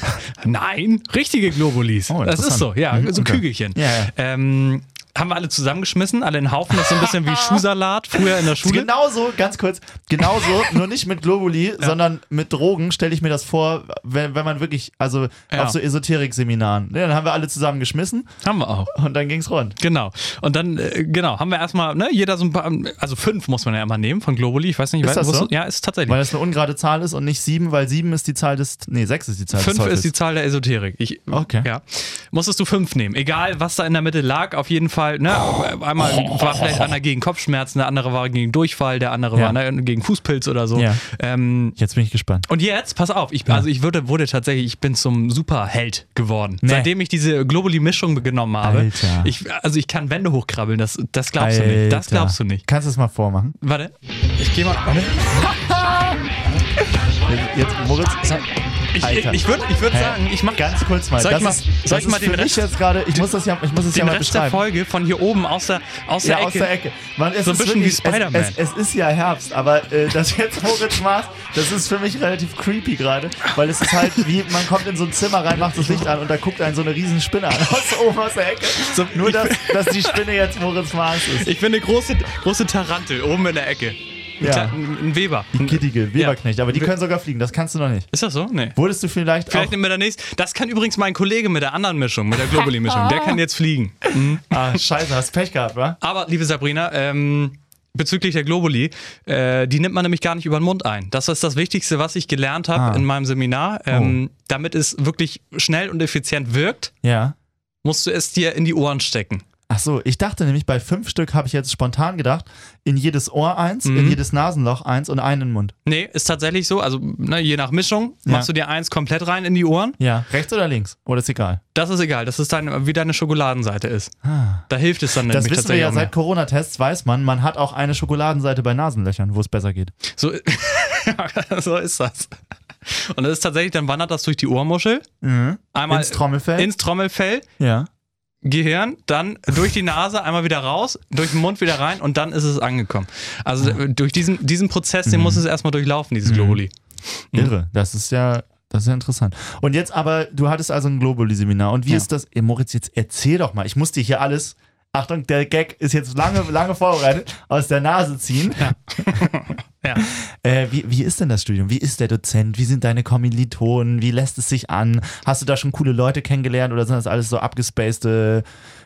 Speaker 3: nein, richtige Globulis.
Speaker 2: Oh,
Speaker 3: das ist so,
Speaker 2: interessant.
Speaker 3: ja,
Speaker 2: Mhm,
Speaker 3: so
Speaker 2: okay.
Speaker 3: Kügelchen.
Speaker 2: Ja, ja.
Speaker 3: Ähm, haben wir alle zusammengeschmissen, alle in den Haufen, das ist so ein bisschen wie Schuhsalat früher in der Schule.
Speaker 2: Genauso, ganz kurz, genauso, nur nicht mit Globuli, sondern mit Drogen stelle ich mir das vor, wenn, wenn man wirklich, also
Speaker 3: Ja.
Speaker 2: auf so Esoterik-Seminaren. Ja, dann haben wir alle zusammen geschmissen
Speaker 3: Haben wir auch.
Speaker 2: und dann ging's rund.
Speaker 3: Genau. Und dann, äh, genau, haben wir erstmal, ne, jeder so ein paar, also fünf muss man ja immer nehmen von Globuli. Ich weiß nicht,
Speaker 2: Ist
Speaker 3: weiß,
Speaker 2: das
Speaker 3: wusstest-
Speaker 2: so?
Speaker 3: Ja, ist tatsächlich.
Speaker 2: Weil das eine ungerade Zahl ist und nicht sieben, weil sieben ist die Zahl des, nee, sechs halt ist die Zahl des
Speaker 3: Fünf
Speaker 2: Teufels.
Speaker 3: ist die Zahl der Esoterik. Ich,
Speaker 2: Okay.
Speaker 3: Ja. Musstest du fünf nehmen. Egal, was da in der Mitte lag, auf jeden Fall. Ne, einmal war vielleicht einer gegen Kopfschmerzen, der andere war gegen Durchfall, der andere
Speaker 2: Ja.
Speaker 3: war ne, gegen Fußpilz oder so.
Speaker 2: Ja.
Speaker 3: Ähm,
Speaker 2: Jetzt bin ich gespannt.
Speaker 3: und jetzt, pass auf, ich, also ich würde, wurde tatsächlich, ich bin zum Superheld geworden.
Speaker 2: Nee.
Speaker 3: Seitdem ich diese Globuli-Mischung genommen habe.
Speaker 2: Alter.
Speaker 3: Ich, also ich kann Wände hochkrabbeln, das, das glaubst du nicht. Das
Speaker 2: Alter.
Speaker 3: glaubst du nicht.
Speaker 2: Kannst du es mal vormachen?
Speaker 3: Warte, ich gehe mal. Warte.
Speaker 2: Jetzt, Moritz,
Speaker 3: Ich, ich,
Speaker 2: Alter.
Speaker 3: ich würde ich würd
Speaker 2: Hä?
Speaker 3: sagen, ich mache
Speaker 2: Ganz kurz mal.
Speaker 3: Soll ich
Speaker 2: das
Speaker 3: mal-
Speaker 2: ist,
Speaker 3: soll
Speaker 2: das
Speaker 3: ich mal
Speaker 2: ist
Speaker 3: den
Speaker 2: für
Speaker 3: Rest-
Speaker 2: mich jetzt gerade. Ich muss das ja, ich muss das ja
Speaker 3: den
Speaker 2: mal
Speaker 3: Rest der
Speaker 2: genau beschreiben.
Speaker 3: Folge von hier oben aus der, aus der
Speaker 2: ja,
Speaker 3: Ecke.
Speaker 2: aus der Ecke. Man, es
Speaker 3: So ein
Speaker 2: ist
Speaker 3: bisschen wie
Speaker 2: wirklich-
Speaker 3: Spider-Man.
Speaker 2: Es, es, es ist ja Herbst, aber äh, das jetzt Moritz Mars, das ist für mich relativ creepy gerade, weil es ist halt wie, man kommt in so ein Zimmer rein, macht das Licht an und da guckt einen so eine riesen Spinne an, aus oben aus der Ecke. Nur, dass, dass die Spinne jetzt Moritz Mars ist.
Speaker 3: Ich bin eine große, große Tarantel oben in der Ecke. Ein
Speaker 2: Ja.
Speaker 3: Kle- Ein, ein Weber.
Speaker 2: Die gittige Weberknecht, aber die
Speaker 3: Wir-
Speaker 2: können sogar fliegen, das kannst du noch nicht.
Speaker 3: Ist das so? Nee.
Speaker 2: Wurdest du vielleicht,
Speaker 3: Vielleicht
Speaker 2: auch...
Speaker 3: nehmen wir der nächsten. Das kann übrigens mein Kollege mit der anderen Mischung, mit der Globally-Mischung. Der kann jetzt fliegen.
Speaker 2: Ah, scheiße, hast Pech gehabt, wa?
Speaker 3: Aber, liebe Sabrina, ähm, bezüglich der Globuli, äh, die nimmt man nämlich gar nicht über den Mund ein. Das ist das Wichtigste, was ich gelernt habe
Speaker 2: Ah. Oh.
Speaker 3: in meinem Seminar. Ähm, Damit es wirklich schnell und effizient wirkt,
Speaker 2: Ja.
Speaker 3: musst du es dir in die Ohren stecken.
Speaker 2: Ach so, ich dachte nämlich, bei fünf Stück habe ich jetzt spontan gedacht, in jedes Ohr eins,
Speaker 3: Mhm.
Speaker 2: in jedes Nasenloch eins und einen in den Mund.
Speaker 3: Nee, ist tatsächlich so. Also, ne, je nach Mischung,
Speaker 2: Ja.
Speaker 3: machst du dir eins komplett rein in die Ohren.
Speaker 2: Ja. Rechts oder links? Oder ist egal?
Speaker 3: Das ist egal. Das ist deine, wie deine Schokoladenseite ist. Da hilft es dann
Speaker 2: Das
Speaker 3: nämlich
Speaker 2: wissen wir
Speaker 3: Ah, tatsächlich
Speaker 2: ja
Speaker 3: auch mehr.
Speaker 2: seit Corona-Tests, weiß man, man hat auch eine Schokoladenseite bei Nasenlöchern, wo es besser geht.
Speaker 3: So, so ist das. Und das ist tatsächlich, dann wandert das durch die Ohrmuschel. Einmal
Speaker 2: Ins Trommelfell?
Speaker 3: Mhm. ins Trommelfell,
Speaker 2: ja.
Speaker 3: Gehirn, dann durch die Nase, einmal wieder raus, durch den Mund wieder rein und dann ist es angekommen. Also äh, durch diesen, diesen Prozess,
Speaker 2: Mhm.
Speaker 3: den muss es erstmal durchlaufen, dieses Globuli.
Speaker 2: Irre. Das ist ja. Das ist ja interessant. Und jetzt aber, du hattest also ein Globuli-Seminar. Und wie
Speaker 3: Ja.
Speaker 2: ist das? Ey, Moritz, jetzt erzähl doch mal. Ich muss dir hier alles. Achtung, der Gag ist jetzt lange, lange vorbereitet. Aus der Nase ziehen.
Speaker 3: Ja.
Speaker 2: Äh, wie, wie ist denn das Studium? Wie ist der Dozent? Wie sind deine Kommilitonen? Wie lässt es sich an? Hast du da schon coole Leute kennengelernt oder sind das alles so abgespacede,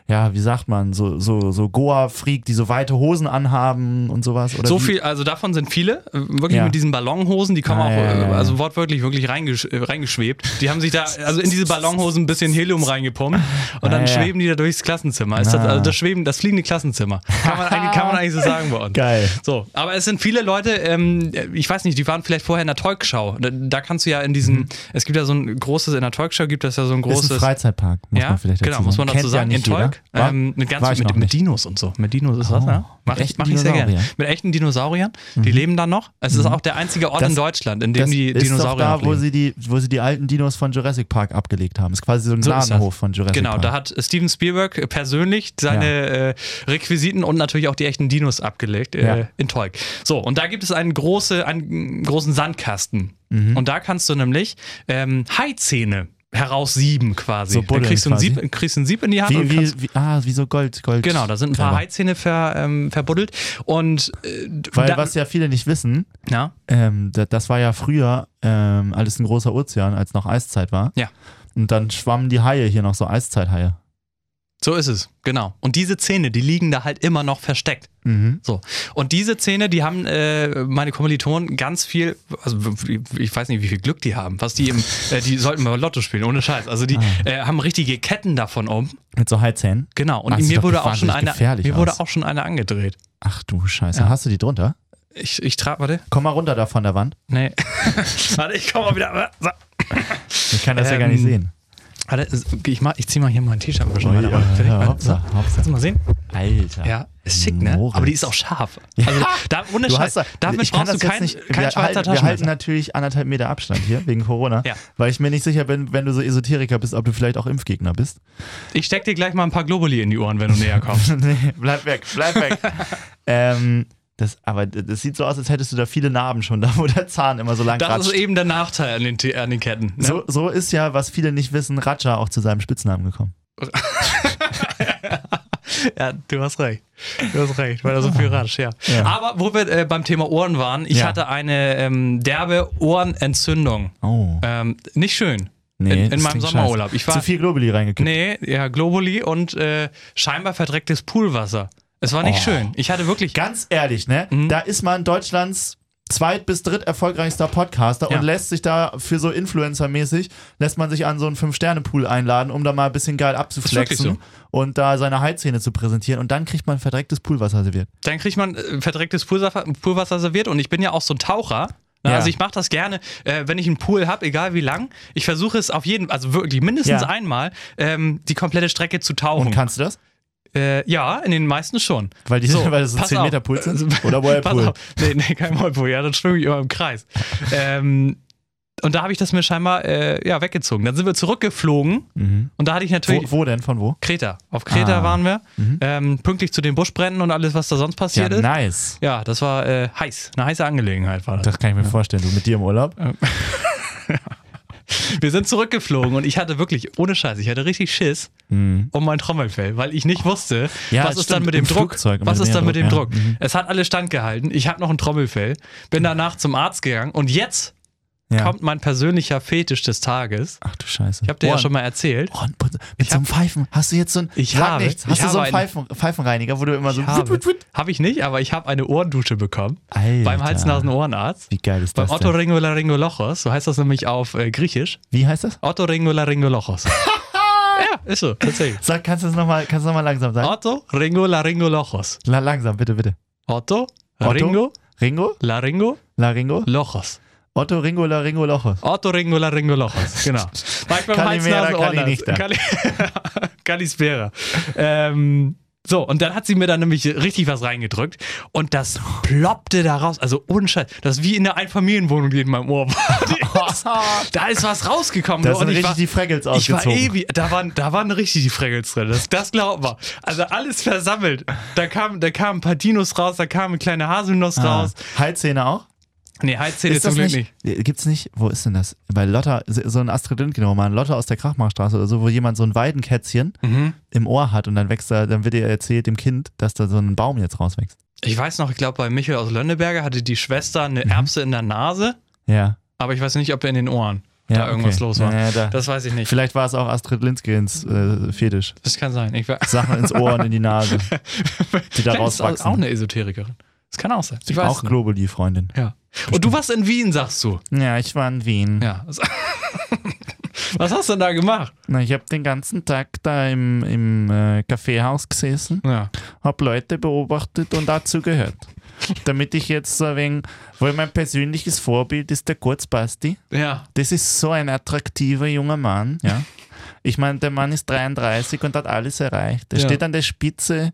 Speaker 2: ja, wie sagt man, so, so, so Goa-Freak, die so weite Hosen anhaben und sowas? Oder
Speaker 3: So
Speaker 2: wie?
Speaker 3: viel, also davon sind viele, äh, wirklich
Speaker 2: Ja.
Speaker 3: mit diesen Ballonhosen, die kommen
Speaker 2: Ah,
Speaker 3: auch,
Speaker 2: ja, ja,
Speaker 3: äh,
Speaker 2: ja.
Speaker 3: also wortwörtlich wirklich reingesch äh, reingeschwebt. Die haben sich da, also in diese Ballonhosen ein bisschen Helium reingepumpt und dann
Speaker 2: Ah, ja. Ah.
Speaker 3: schweben die da durchs Klassenzimmer. Ist das, also das schweben, das fliegende Klassenzimmer. Kann man, eigentlich- kann man eigentlich so sagen bei uns.
Speaker 2: Geil.
Speaker 3: So, aber es sind viele Leute, ähm, ich weiß nicht, die waren vielleicht vorher in der Talkshow. Da, da kannst du ja in diesem, es gibt ja so ein großes, in der Talkshow gibt es ja so ein
Speaker 2: Mhm. Ist
Speaker 3: großes.
Speaker 2: ein Freizeitpark, muss
Speaker 3: ja,
Speaker 2: man vielleicht dazu
Speaker 3: genau, muss man dazu
Speaker 2: Kennt ja
Speaker 3: sagen.
Speaker 2: nicht
Speaker 3: in Talk,
Speaker 2: War-
Speaker 3: Ähm, mit ganz
Speaker 2: war ich
Speaker 3: mit,
Speaker 2: noch
Speaker 3: mit
Speaker 2: nicht.
Speaker 3: Dinos und so. Mit Dinos ist das,
Speaker 2: Oh,
Speaker 3: ja. Mach
Speaker 2: mit
Speaker 3: ich,
Speaker 2: echten
Speaker 3: mach ich sehr gerne.
Speaker 2: Dinosauriern.
Speaker 3: Mit echten Dinosauriern. Die leben da noch. Es ist auch der einzige Ort
Speaker 2: Mhm. Das-
Speaker 3: in Deutschland, in dem die
Speaker 2: ist
Speaker 3: Dinosaurier
Speaker 2: doch
Speaker 3: noch
Speaker 2: da, wo
Speaker 3: leben.
Speaker 2: sie, die, wo sie die alten Dinos von Jurassic Park abgelegt haben. Ist quasi so ein
Speaker 3: So ist das.
Speaker 2: Gnadenhof von Jurassic
Speaker 3: Genau,
Speaker 2: Park.
Speaker 3: da hat Steven Spielberg äh, persönlich seine äh, Requisiten und natürlich auch die echten Dinos abgelegt äh,
Speaker 2: Ja.
Speaker 3: in Tolk. So, und da gibt es einen, große, einen großen Sandkasten.
Speaker 2: Mhm.
Speaker 3: Und da kannst du nämlich ähm, Haizähne heraussieben quasi.
Speaker 2: So
Speaker 3: Dann
Speaker 2: buddeln
Speaker 3: kriegst du, ein
Speaker 2: quasi.
Speaker 3: Sieb, kriegst du ein Sieb in die Hand und
Speaker 2: wie,
Speaker 3: kannst,
Speaker 2: wie, wie, ah, wie so Gold, Gold.
Speaker 3: Genau, da sind ein paar
Speaker 2: Gräber.
Speaker 3: Haizähne ver, ähm, verbuddelt. Und äh,
Speaker 2: Weil
Speaker 3: da-
Speaker 2: was ja viele nicht wissen,
Speaker 3: ja,
Speaker 2: ähm, da, das war ja früher ähm, alles ein großer Ozean, als noch Eiszeit war.
Speaker 3: Ja.
Speaker 2: Und dann schwammen die Haie hier noch so Eiszeithaie.
Speaker 3: so ist es, genau. Und diese Zähne, die liegen da halt immer noch versteckt.
Speaker 2: Mhm.
Speaker 3: So. Und diese Zähne, die haben äh, meine Kommilitonen ganz viel, also ich weiß nicht, wie viel Glück die haben, was die eben, äh, die sollten mal Lotto spielen, ohne Scheiß. Also die
Speaker 2: Ah.
Speaker 3: äh, haben richtige Ketten davon um.
Speaker 2: Mit so Haizähnen.
Speaker 3: Genau. Und
Speaker 2: Ah, sieht
Speaker 3: mir
Speaker 2: doch
Speaker 3: wurde auch schon
Speaker 2: wahnsinnig
Speaker 3: eine,
Speaker 2: gefährlich
Speaker 3: mir wurde
Speaker 2: aus.
Speaker 3: auch schon eine angedreht.
Speaker 2: Ach du Scheiße.
Speaker 3: Ja.
Speaker 2: Hast du die drunter?
Speaker 3: Ich, ich trage, warte.
Speaker 2: Komm mal runter da von der Wand.
Speaker 3: Nee. warte, ich komme mal wieder. So.
Speaker 2: Ich kann das ja gar
Speaker 3: Ähm,
Speaker 2: nicht sehen.
Speaker 3: Warte, ich, mach, ich zieh mal hier mein T-Shirt mal schon
Speaker 2: Ui,
Speaker 3: weiter.
Speaker 2: ja,
Speaker 3: Fertig, warte.
Speaker 2: hoppsa, hoppsa.
Speaker 3: Kannst du mal sehen?
Speaker 2: Alter.
Speaker 3: Ja, ist schick, ne?
Speaker 2: Moritz.
Speaker 3: Aber die ist auch scharf. Also, da, ohne
Speaker 2: Du
Speaker 3: Scheiß.
Speaker 2: hast da,
Speaker 3: Damit
Speaker 2: ich kann
Speaker 3: brauchst du
Speaker 2: das jetzt
Speaker 3: kein,
Speaker 2: nicht,
Speaker 3: kein
Speaker 2: wir,
Speaker 3: Schweizer
Speaker 2: halten, wir halten
Speaker 3: Taschenmesser.
Speaker 2: natürlich anderthalb Meter Abstand hier wegen Corona,
Speaker 3: Ja.
Speaker 2: weil ich mir nicht sicher bin, wenn du so esoterik bist, ob du vielleicht auch Impfgegner bist.
Speaker 3: Ich steck dir gleich mal ein paar Globuli in die Ohren, wenn du näher kommst.
Speaker 2: nee, bleib weg, bleib weg. ähm, das, aber das sieht so aus, als hättest du da viele Narben schon, da wo der Zahn immer so lang
Speaker 3: Das
Speaker 2: ratscht.
Speaker 3: ist eben der Nachteil an den, T- an den Ketten. Ne?
Speaker 2: so, so ist ja, was viele nicht wissen, Raja auch zu seinem Spitznamen gekommen.
Speaker 3: Ja, du hast recht. Du hast recht, weil er so viel rasch, Ah. ja.
Speaker 2: Ja.
Speaker 3: Aber wo wir äh, beim Thema Ohren waren, ich
Speaker 2: Ja.
Speaker 3: hatte eine ähm, derbe Ohrenentzündung.
Speaker 2: Oh.
Speaker 3: Ähm, nicht schön.
Speaker 2: Nee,
Speaker 3: in, in
Speaker 2: das
Speaker 3: meinem
Speaker 2: klingt
Speaker 3: Sommerurlaub.
Speaker 2: scheiße.
Speaker 3: Ich war,
Speaker 2: Zu viel Globuli reingekippt.
Speaker 3: Nee, ja, Globuli und äh, scheinbar verdrecktes Poolwasser. Es war nicht
Speaker 2: Oh.
Speaker 3: schön. Ich hatte wirklich.
Speaker 2: Ganz ehrlich, ne?
Speaker 3: Mhm.
Speaker 2: Da ist man Deutschlands zweit- bis dritt erfolgreichster Podcaster
Speaker 3: Ja.
Speaker 2: und lässt sich da für so Influencer-mäßig, lässt man sich an so einen Fünf-Sterne-Pool einladen, um da mal ein bisschen geil
Speaker 3: Ist
Speaker 2: abzuflexen
Speaker 3: wirklich
Speaker 2: und da seine Heizszene zu präsentieren und dann kriegt man verdrecktes Poolwasser serviert.
Speaker 3: dann kriegt man äh, verdrecktes Poolwasser, Poolwasser serviert und ich bin ja auch so ein Taucher. Ne?
Speaker 2: Ja.
Speaker 3: Also ich mache das gerne, äh, wenn ich einen Pool habe, egal wie lang. Ich versuche es auf jeden, also wirklich mindestens
Speaker 2: Ja.
Speaker 3: einmal, ähm, die komplette Strecke zu
Speaker 2: Und
Speaker 3: tauchen.
Speaker 2: kannst du das?
Speaker 3: äh, ja, in den meisten schon.
Speaker 2: Weil, die,
Speaker 3: So,
Speaker 2: weil das so
Speaker 3: pass
Speaker 2: 10
Speaker 3: auf.
Speaker 2: Meter Pools sind? Oder
Speaker 3: Pass
Speaker 2: Whirlpool?
Speaker 3: auf. Nee, nee, kein Whirlpool, ja, dann schwimme ich immer im Kreis. ähm, und da habe ich das mir scheinbar äh, ja, weggezogen. Dann sind wir zurückgeflogen
Speaker 2: Mhm.
Speaker 3: und da hatte ich
Speaker 2: Wo,
Speaker 3: natürlich
Speaker 2: wo denn? Von wo?
Speaker 3: Kreta. Auf Kreta
Speaker 2: Ah.
Speaker 3: waren wir,
Speaker 2: Mhm.
Speaker 3: ähm, pünktlich zu den Buschbränden und alles, was da sonst
Speaker 2: Ja,
Speaker 3: passiert ist.
Speaker 2: nice.
Speaker 3: Ja, das war äh, heiß. Eine heiße Angelegenheit war das.
Speaker 2: Das kann ich mir vorstellen. Du mit dir im Urlaub?
Speaker 3: Äh, Wir sind zurückgeflogen und ich hatte wirklich, ohne Scheiß, ich hatte richtig Schiss
Speaker 2: Mhm.
Speaker 3: um mein Trommelfell, weil ich nicht wusste,
Speaker 2: Ja,
Speaker 3: was
Speaker 2: das
Speaker 3: ist dann
Speaker 2: stimmt,
Speaker 3: mit dem
Speaker 2: im
Speaker 3: Druck.
Speaker 2: Flugzeug, mit
Speaker 3: was
Speaker 2: dem
Speaker 3: ist dann mit dem
Speaker 2: Näherdruck,
Speaker 3: Druck?
Speaker 2: ja. Mhm.
Speaker 3: Es hat alles standgehalten. Ich habe noch ein Trommelfell, bin danach zum Arzt gegangen und jetzt
Speaker 2: Ja.
Speaker 3: kommt mein persönlicher Fetisch des Tages.
Speaker 2: Ach du Scheiße.
Speaker 3: Ich habe dir ja
Speaker 2: Ohren.
Speaker 3: schon mal erzählt.
Speaker 2: Ohrenputzer. Mit so einem Pfeifen. Hast du jetzt so ein.
Speaker 3: Ich
Speaker 2: Sag
Speaker 3: habe-
Speaker 2: nichts.
Speaker 3: ich
Speaker 2: Hast du so
Speaker 3: habe
Speaker 2: einen
Speaker 3: einen-
Speaker 2: Pfeifen, Pfeifenreiniger, wo du immer so.
Speaker 3: Habe hab ich nicht, aber ich habe eine Ohrendusche bekommen
Speaker 2: Alter.
Speaker 3: beim Hals-Nasen-Ohrenarzt.
Speaker 2: Wie geil ist
Speaker 3: Beim
Speaker 2: das?
Speaker 3: Otto
Speaker 2: Denn?
Speaker 3: Ringolaringolochos, so heißt das nämlich auf äh, Griechisch.
Speaker 2: Wie heißt das?
Speaker 3: Otto Ringolaringolochos. ja, ist so, tatsächlich.
Speaker 2: Sag, kannst du das nochmal noch mal langsam sagen?
Speaker 3: Otto Ringo Laringo Lochos.
Speaker 2: La langsam, bitte, bitte.
Speaker 3: Otto,
Speaker 2: Otto?
Speaker 3: Ringo
Speaker 2: Ringo?
Speaker 3: Laringo
Speaker 2: Laringo?
Speaker 3: Lochos.
Speaker 2: Otto Ringo Laringo Loche.
Speaker 3: Otto Ringo Laringo Lochos. Genau. War ich beim also
Speaker 2: Kalimera,
Speaker 3: Hals-Nasen-Ohrenarzt.
Speaker 2: Kalinichta.
Speaker 3: Kali- Kalispera. ähm, so, und dann hat sie mir da nämlich richtig was reingedrückt und das ploppte da raus. Also ohne Scheiß. Das ist wie in einer Einfamilienwohnung, die in meinem Ohr war. da ist was rausgekommen.
Speaker 2: Da
Speaker 3: du,
Speaker 2: sind
Speaker 3: und ich
Speaker 2: richtig
Speaker 3: war,
Speaker 2: die Freckels
Speaker 3: Ich war
Speaker 2: ausgezogen.
Speaker 3: ewig, da waren, da waren richtig die Fregels drin, das, das glaubt man. Also alles versammelt. Da kamen da kamen ein paar Dinos raus, da kamen kleine Haselnuss raus.
Speaker 2: Heilszähne auch?
Speaker 3: Nee, Heizzähne zum Glück nicht.
Speaker 2: Gibt's Ah. nicht? Wo ist denn das? Bei Lotta, so ein Astrid Lindgren-Roman, Lotta aus der Krachmachstraße oder so, wo jemand so ein Weidenkätzchen
Speaker 3: Mhm.
Speaker 2: im Ohr hat und dann wächst da, dann wird ihr erzählt dem Kind, dass da so ein Baum jetzt rauswächst.
Speaker 3: Ich weiß noch, ich glaube, bei Michael aus Lönneberger hatte die Schwester eine Erbse in der Nase,
Speaker 2: Ja.
Speaker 3: aber ich weiß nicht, ob in den Ohren
Speaker 2: ja
Speaker 3: da irgendwas
Speaker 2: okay.
Speaker 3: los war.
Speaker 2: Ja, ja, da.
Speaker 3: Das weiß ich nicht.
Speaker 2: Vielleicht war es auch Astrid Lindgrens äh, Fetisch.
Speaker 3: Das kann sein. Ich war,
Speaker 2: Sachen ins Ohr und in die Nase, die da
Speaker 3: vielleicht ist das
Speaker 2: rauswachsen.
Speaker 3: auch eine Esoterikerin. Das kann auch sein. Ich weiß
Speaker 2: auch
Speaker 3: es nicht.
Speaker 2: Globuli-Freundin.
Speaker 3: ja. Und du warst in Wien, sagst du.
Speaker 2: Ja, ich war in Wien.
Speaker 3: Ja. Was hast du denn da gemacht?
Speaker 2: Na, ich habe den ganzen Tag da im, im äh, Kaffeehaus gesessen,
Speaker 3: Ja.
Speaker 2: habe Leute beobachtet und dazu gehört. Damit ich jetzt so ein wenig, weil mein persönliches Vorbild ist der Kurzbasti.
Speaker 3: Ja.
Speaker 2: Das ist so ein attraktiver junger Mann, ja. Ich meine, der Mann ist 33 und hat alles erreicht. Er
Speaker 3: Ja.
Speaker 2: steht an der Spitze,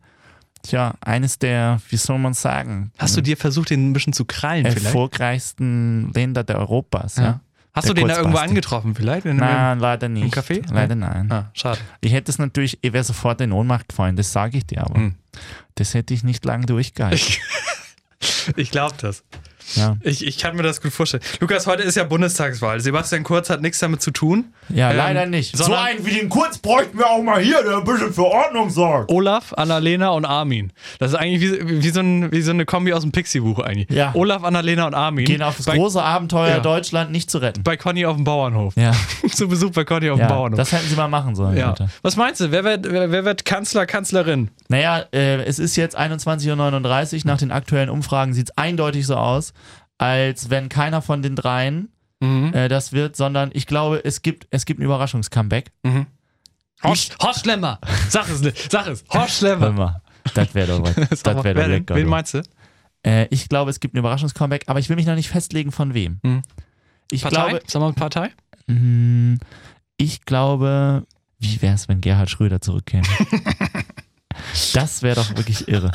Speaker 2: tja, eines der, wie soll man sagen,
Speaker 3: Hast du dir versucht, den ein bisschen zu krallen vielleicht?
Speaker 2: erfolgreichsten Länder der Europas. Ja.
Speaker 3: Ja. Hast du
Speaker 2: Der
Speaker 3: den da irgendwo
Speaker 2: Kurzbasti.
Speaker 3: angetroffen vielleicht? In
Speaker 2: Nein, leider nicht.
Speaker 3: Café?
Speaker 2: Leider nein.
Speaker 3: Ah, schade.
Speaker 2: Ich hätte es natürlich, ich wäre sofort in Ohnmacht gefallen, das sage ich dir aber.
Speaker 3: Hm.
Speaker 2: Das hätte ich nicht lange durchgehalten.
Speaker 3: Ich glaube das.
Speaker 2: Ja,
Speaker 3: Ich, ich kann mir das gut vorstellen. Lukas, heute ist ja Bundestagswahl. Sebastian Kurz hat nichts damit zu tun.
Speaker 2: ja
Speaker 3: Ähm,
Speaker 2: leider nicht.
Speaker 3: sondern-
Speaker 2: wie den Kurz bräuchten wir auch mal hier, der ein bisschen für Ordnung sorgt.
Speaker 3: Olaf, Annalena und Armin. Das ist eigentlich wie, wie, so, ein, wie so eine Kombi aus dem Pixie-Buch eigentlich.
Speaker 2: Ja.
Speaker 3: Olaf, Annalena und Armin.
Speaker 2: Gehen auf das
Speaker 3: bei,
Speaker 2: große Abenteuer
Speaker 3: Ja.
Speaker 2: Deutschland nicht zu retten.
Speaker 3: bei Conny auf dem Bauernhof.
Speaker 2: Ja,
Speaker 3: zu Besuch bei Conny auf dem
Speaker 2: ja
Speaker 3: Bauernhof.
Speaker 2: das hätten sie mal machen sollen.
Speaker 3: ja.
Speaker 2: Leute.
Speaker 3: Was meinst du? Wer wird, wer, wer wird Kanzler, Kanzlerin?
Speaker 2: Naja, äh, es ist jetzt 21.39 Uhr. Nach den aktuellen Umfragen sieht es eindeutig so aus, als wenn keiner von den dreien
Speaker 3: Mhm.
Speaker 2: äh, das wird, sondern ich glaube, es gibt, es gibt ein Überraschungs-Comeback.
Speaker 3: Horst, Horst Schlemmer. Ähm, Sag es, ne- sag es. Horst
Speaker 2: Hör
Speaker 3: Schlemmer.
Speaker 2: mal, das wäre doch was.
Speaker 3: Sag
Speaker 2: das wäre doch
Speaker 3: mal, wer denn?
Speaker 2: lecker.
Speaker 3: Wen
Speaker 2: du.
Speaker 3: meinst du?
Speaker 2: Äh, ich glaube, es gibt ein Überraschungs-Comeback, aber ich will mich noch nicht festlegen, von wem.
Speaker 3: Mhm.
Speaker 2: Ich,
Speaker 3: Partei?
Speaker 2: glaube,
Speaker 3: Sag mal Partei?
Speaker 2: mh, ich glaube, wie wäre es, wenn Gerhard Schröder zurückkäme? das wäre doch wirklich irre.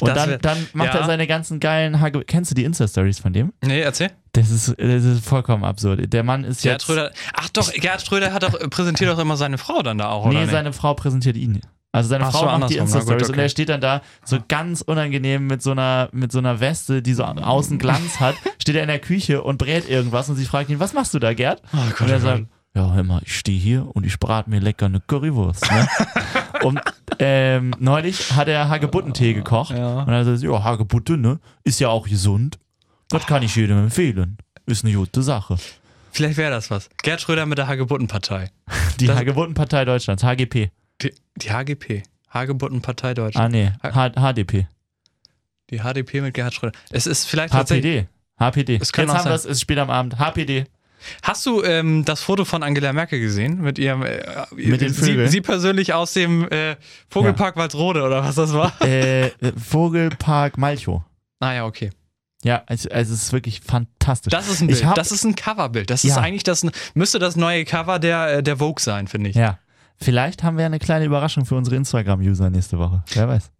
Speaker 2: Und
Speaker 3: Das
Speaker 2: dann,
Speaker 3: wär-
Speaker 2: dann macht
Speaker 3: ja.
Speaker 2: er seine ganzen geilen Hage. Kennst du die Insta-Stories von dem?
Speaker 3: Nee, erzähl.
Speaker 2: Das ist, das ist vollkommen absurd. Der Mann ist
Speaker 3: Gerhard
Speaker 2: jetzt.
Speaker 3: Schröder. Ach doch, Gerhard Schröder hat doch, äh, präsentiert doch immer seine Frau dann da auch, oder?
Speaker 2: Nee, seine Frau präsentiert ihn. Also seine
Speaker 3: Ach so,
Speaker 2: Frau macht die
Speaker 3: andersrum. Na gut,
Speaker 2: Insta-Stories und
Speaker 3: okay. Ah.
Speaker 2: er steht dann da so ganz unangenehm mit so einer, mit so einer Weste, die so außen Glanz hat, steht er in der Küche und brät irgendwas und sie fragt ihn, was machst du da, Gerd?
Speaker 3: Oh Gott,
Speaker 2: und er
Speaker 3: oh
Speaker 2: sagt, ja, hör mal, ich stehe hier und ich brate mir lecker eine Currywurst. Ne? und ähm, neulich hat er Hagebuttentee gekocht
Speaker 3: Ja.
Speaker 2: und er sagt, ja, Hagebutte, ne, ist ja auch gesund. Das kann ich jedem empfehlen. Ist eine gute Sache.
Speaker 3: Vielleicht wäre das was. Gerhard Schröder mit der Hagebuttenpartei.
Speaker 2: Die
Speaker 3: Das-
Speaker 2: Hagebuttenpartei Deutschlands, HGP.
Speaker 3: Die, die HGP. Hagebuttenpartei Deutschland.
Speaker 2: Ah, nee, H HDP.
Speaker 3: Die HDP mit Gerhard Schröder. Es ist vielleicht tatsächlich.
Speaker 2: HPD. HPD.
Speaker 3: Es kann
Speaker 2: Jetzt
Speaker 3: auch
Speaker 2: haben
Speaker 3: sein.
Speaker 2: wir es, es ist spät am Abend. HPD.
Speaker 3: Hast du ähm, das Foto von Angela Merkel gesehen? Mit ihrem. Äh,
Speaker 2: Mit den
Speaker 3: sie,
Speaker 2: Vögeln?
Speaker 3: sie persönlich aus dem äh, Vogelpark Waldrode oder was das war?
Speaker 2: Äh, äh, Vogelpark Malchow.
Speaker 3: Naja, okay.
Speaker 2: Ja, also, also es ist wirklich fantastisch.
Speaker 3: Das ist ein
Speaker 2: Ich
Speaker 3: Bild.
Speaker 2: hab-
Speaker 3: das ist ein Coverbild. Das ist
Speaker 2: Ja.
Speaker 3: eigentlich das. Müsste das neue Cover der, äh, der Vogue sein, finde ich.
Speaker 2: ja. Vielleicht haben wir eine kleine Überraschung für unsere Instagram-User nächste Woche. Wer weiß.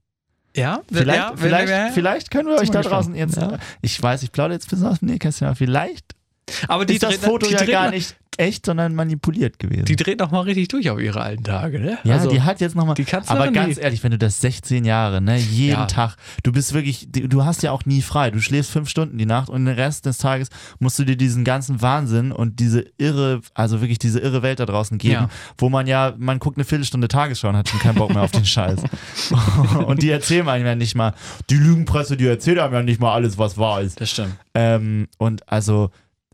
Speaker 3: Ja?
Speaker 2: Vielleicht,
Speaker 3: ja?
Speaker 2: vielleicht, vielleicht können wir euch
Speaker 3: mal
Speaker 2: da
Speaker 3: gespannt.
Speaker 2: draußen jetzt. Ich weiß, ich plaudere jetzt bis aus dem Nähkästchen, aber vielleicht
Speaker 3: Aber die
Speaker 2: ist das
Speaker 3: dreht-
Speaker 2: Foto
Speaker 3: die
Speaker 2: ja
Speaker 3: dreht
Speaker 2: gar
Speaker 3: mal-
Speaker 2: nicht echt, sondern manipuliert gewesen.
Speaker 3: Die dreht noch mal richtig durch auf ihre alten Tage, ne?
Speaker 2: ja,
Speaker 3: Also-
Speaker 2: die hat jetzt nochmal.
Speaker 3: die Kanzlerin,
Speaker 2: Aber ganz
Speaker 3: die-
Speaker 2: ehrlich, wenn du das 16 Jahre, ne, jeden
Speaker 3: Ja.
Speaker 2: Tag, du bist wirklich, du hast ja auch nie frei. Du schläfst fünf Stunden die Nacht und den Rest des Tages musst du dir diesen ganzen Wahnsinn und diese irre, also wirklich diese irre Welt da draußen geben,
Speaker 3: Ja.
Speaker 2: wo man ja, man guckt eine Viertelstunde Tagesschau und hat schon keinen Bock mehr auf den Scheiß. und die erzählen einem ja nicht mal, die Lügenpresse, die erzählt einem ja nicht mal alles, was wahr ist.
Speaker 3: Das stimmt.
Speaker 2: Ähm, und also,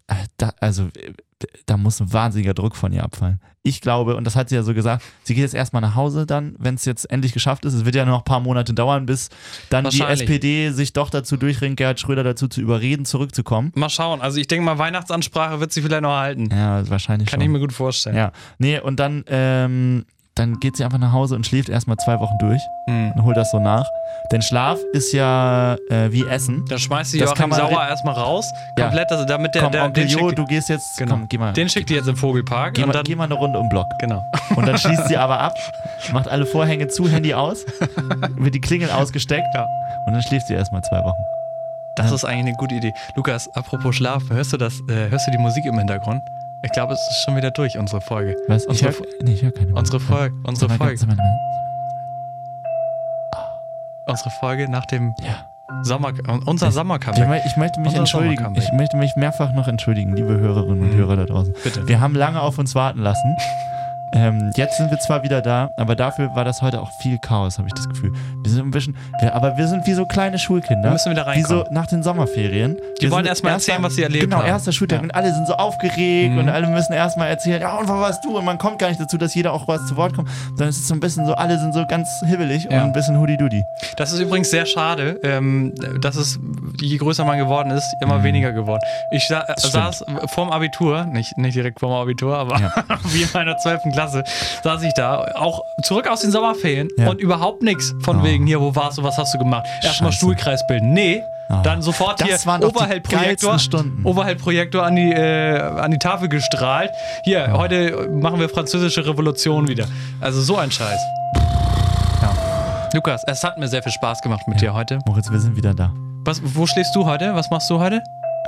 Speaker 2: äh, da, also, äh, da muss ein wahnsinniger Druck von ihr abfallen. Ich glaube, und das hat sie ja so gesagt, sie geht jetzt erstmal nach Hause dann, wenn es jetzt endlich geschafft ist. Es wird ja noch ein paar Monate dauern, bis dann die
Speaker 3: Wahrscheinlich.
Speaker 2: SPD sich doch dazu durchringt, Gerhard Schröder dazu zu überreden, zurückzukommen.
Speaker 3: Mal schauen. Also ich denke mal, Weihnachtsansprache wird sie vielleicht noch halten.
Speaker 2: Ja, wahrscheinlich
Speaker 3: Kann ich
Speaker 2: schon.
Speaker 3: mir gut vorstellen.
Speaker 2: ja, nee, und dann, ähm, dann geht sie einfach nach Hause und schläft erstmal zwei Wochen durch
Speaker 3: Hm.
Speaker 2: und holt das so nach. Denn Schlaf ist ja äh, wie Essen.
Speaker 3: Dann schmeißt sie
Speaker 2: Das
Speaker 3: Joachim
Speaker 2: kann man
Speaker 3: Sauer
Speaker 2: re-
Speaker 3: erstmal raus.
Speaker 2: Ja.
Speaker 3: Komplett, also damit der,
Speaker 2: komm,
Speaker 3: der
Speaker 2: Onkel
Speaker 3: den,
Speaker 2: Jo,
Speaker 3: schickt,
Speaker 2: du gehst jetzt,
Speaker 3: Genau.
Speaker 2: komm, geh mal,
Speaker 3: den schickt die jetzt im Vogelpark.
Speaker 2: geh
Speaker 3: und
Speaker 2: mal,
Speaker 3: dann,
Speaker 2: geh mal eine Runde um den Block.
Speaker 3: Genau.
Speaker 2: Und dann schließt sie aber ab, macht alle Vorhänge zu, Handy aus, wird die Klingel ausgesteckt
Speaker 3: Ja.
Speaker 2: und dann schläft sie erstmal zwei Wochen.
Speaker 3: Das ist eigentlich eine gute Idee. Lukas, apropos Schlafen, hörst du das, äh, hörst du die Musik im Hintergrund? Ich glaube, es ist schon wieder durch, unsere Folge.
Speaker 2: Was? Ich
Speaker 3: Unsere
Speaker 2: hör, nee, ich hör keine Musik.
Speaker 3: Unsere Folge, unsere
Speaker 2: Sag mal,
Speaker 3: Folge,
Speaker 2: sag mal, sag mal.
Speaker 3: unsere Folge nach dem
Speaker 2: Ja.
Speaker 3: Sommer, unser
Speaker 2: Ich- Ich,
Speaker 3: Sommercomeback.
Speaker 2: mö- ich möchte mich
Speaker 3: Unser
Speaker 2: entschuldigen.
Speaker 3: Sommercomeback.
Speaker 2: Ich möchte mich mehrfach noch entschuldigen, liebe Hörerinnen und Hörer da draußen.
Speaker 3: Mhm. Bitte.
Speaker 2: Wir haben lange auf uns warten lassen. Ähm, jetzt sind wir zwar wieder da, aber dafür war das heute auch viel Chaos, habe ich das Gefühl. Wir sind ein bisschen, wir, aber wir sind wie so kleine Schulkinder.
Speaker 3: Wir müssen wieder
Speaker 2: Wie so
Speaker 3: reinkommen.
Speaker 2: nach den Sommerferien.
Speaker 3: Die
Speaker 2: Wir
Speaker 3: wollen
Speaker 2: sind
Speaker 3: erst mal
Speaker 2: erster-
Speaker 3: erzählen, was sie erlebt
Speaker 2: genau,
Speaker 3: haben.
Speaker 2: Genau, erster Schultag.
Speaker 3: Ja.
Speaker 2: Und alle sind so aufgeregt
Speaker 3: Mhm.
Speaker 2: und alle müssen erstmal erzählen, ja, und wo warst du? Und man kommt gar nicht dazu, dass jeder auch was zu Wort kommt. Sondern es ist so ein bisschen so, alle sind so ganz hibbelig
Speaker 3: Ja.
Speaker 2: und ein bisschen hudi-dudi.
Speaker 3: Das ist übrigens sehr schade, ähm, dass es, je größer man geworden ist,
Speaker 2: Mhm.
Speaker 3: immer weniger geworden. Ich sa saß vorm Abitur, nicht, nicht direkt vorm Abitur, aber wie in meiner 12. Klasse, saß ich da, auch zurück aus den Sommerferien
Speaker 2: Ja.
Speaker 3: und überhaupt nichts von
Speaker 2: Oh.
Speaker 3: wegen, hier, wo warst du, was hast du gemacht? Erstmal
Speaker 2: Scheiße. Ah.
Speaker 3: Stuhlkreis bilden. Nee, Dann sofort
Speaker 2: Das
Speaker 3: hier
Speaker 2: waren doch die
Speaker 3: Overhead-Projektor
Speaker 2: geilsten Stunden.
Speaker 3: Overhead-Projektor an, die, äh, an die Tafel gestrahlt. Hier, heute machen wir französische Revolution wieder. Also so ein Scheiß. Ja. Lukas, es hat mir sehr viel Spaß gemacht mit dir heute.
Speaker 2: Moritz, wir sind wieder da.
Speaker 3: Was, wo schläfst du heute? Was machst du heute?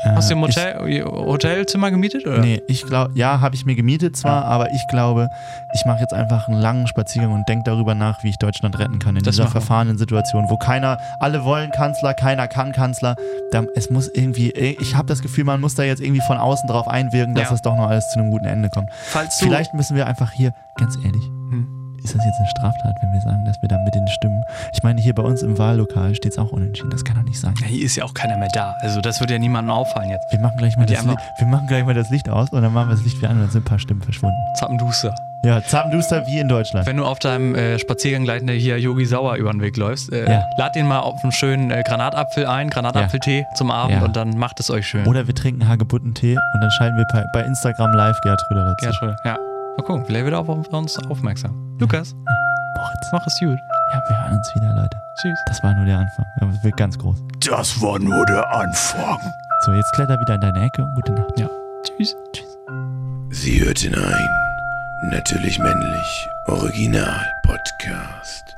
Speaker 3: Hast du im
Speaker 2: Äh, ich-
Speaker 3: Hotel, Hotelzimmer gemietet? Oder?
Speaker 2: Nee, ich glaube, ja, habe ich mir gemietet zwar, aber ich glaube, ich mache jetzt einfach einen langen Spaziergang und denke darüber nach, wie ich Deutschland retten kann in
Speaker 3: Das
Speaker 2: dieser
Speaker 3: machen wir.
Speaker 2: verfahrenen Situation, wo keiner, alle wollen Kanzler, keiner kann Kanzler. Da, es muss irgendwie, äh, ich habe das Gefühl, man muss da jetzt irgendwie von außen drauf einwirken, dass
Speaker 3: Ja.
Speaker 2: das doch noch alles zu einem guten Ende kommt.
Speaker 3: Falls du,
Speaker 2: Vielleicht müssen wir einfach hier, ganz ehrlich,
Speaker 3: Hm.
Speaker 2: ist das jetzt eine Straftat, wenn wir sagen, dass wir da mit den Stimmen. Ich meine, hier bei uns im Wahllokal steht es auch unentschieden. Das kann doch nicht sein.
Speaker 3: Ja, hier ist ja auch keiner mehr da. Also das würde ja niemandem auffallen jetzt.
Speaker 2: Wir machen, gleich mal
Speaker 3: Die
Speaker 2: das
Speaker 3: einfach-
Speaker 2: Licht, wir machen gleich mal das Licht aus und dann machen wir das Licht wieder an und dann sind ein paar Stimmen verschwunden.
Speaker 3: Zappenduster.
Speaker 2: Ja, zappenduster wie in Deutschland.
Speaker 3: Wenn du auf deinem äh, Spaziergang gleich hier Yogi Sauer über den Weg läufst, äh,
Speaker 2: Ja.
Speaker 3: lad den mal auf einen schönen äh, Granatapfel ein, Granatapfeltee zum Abend
Speaker 2: Ja.
Speaker 3: und dann macht es euch schön.
Speaker 2: Oder wir trinken Hagebuttentee und dann schalten wir bei, bei Instagram live Gertrude dazu.
Speaker 3: ja, toll. Ja. Mal gucken, vielleicht wird er auch auf uns aufmerksam. Lukas,
Speaker 2: Moritz.
Speaker 3: mach es gut.
Speaker 2: Ja, wir hören uns wieder, Leute.
Speaker 3: Tschüss.
Speaker 2: Das war nur der Anfang. Aber es wird ganz groß.
Speaker 1: Das war nur der Anfang.
Speaker 2: So, jetzt kletter wieder in deine Ecke und gute Nacht.
Speaker 3: Tschüss.
Speaker 4: Sie hörten ein. Natürlich männlich. Original Podcast.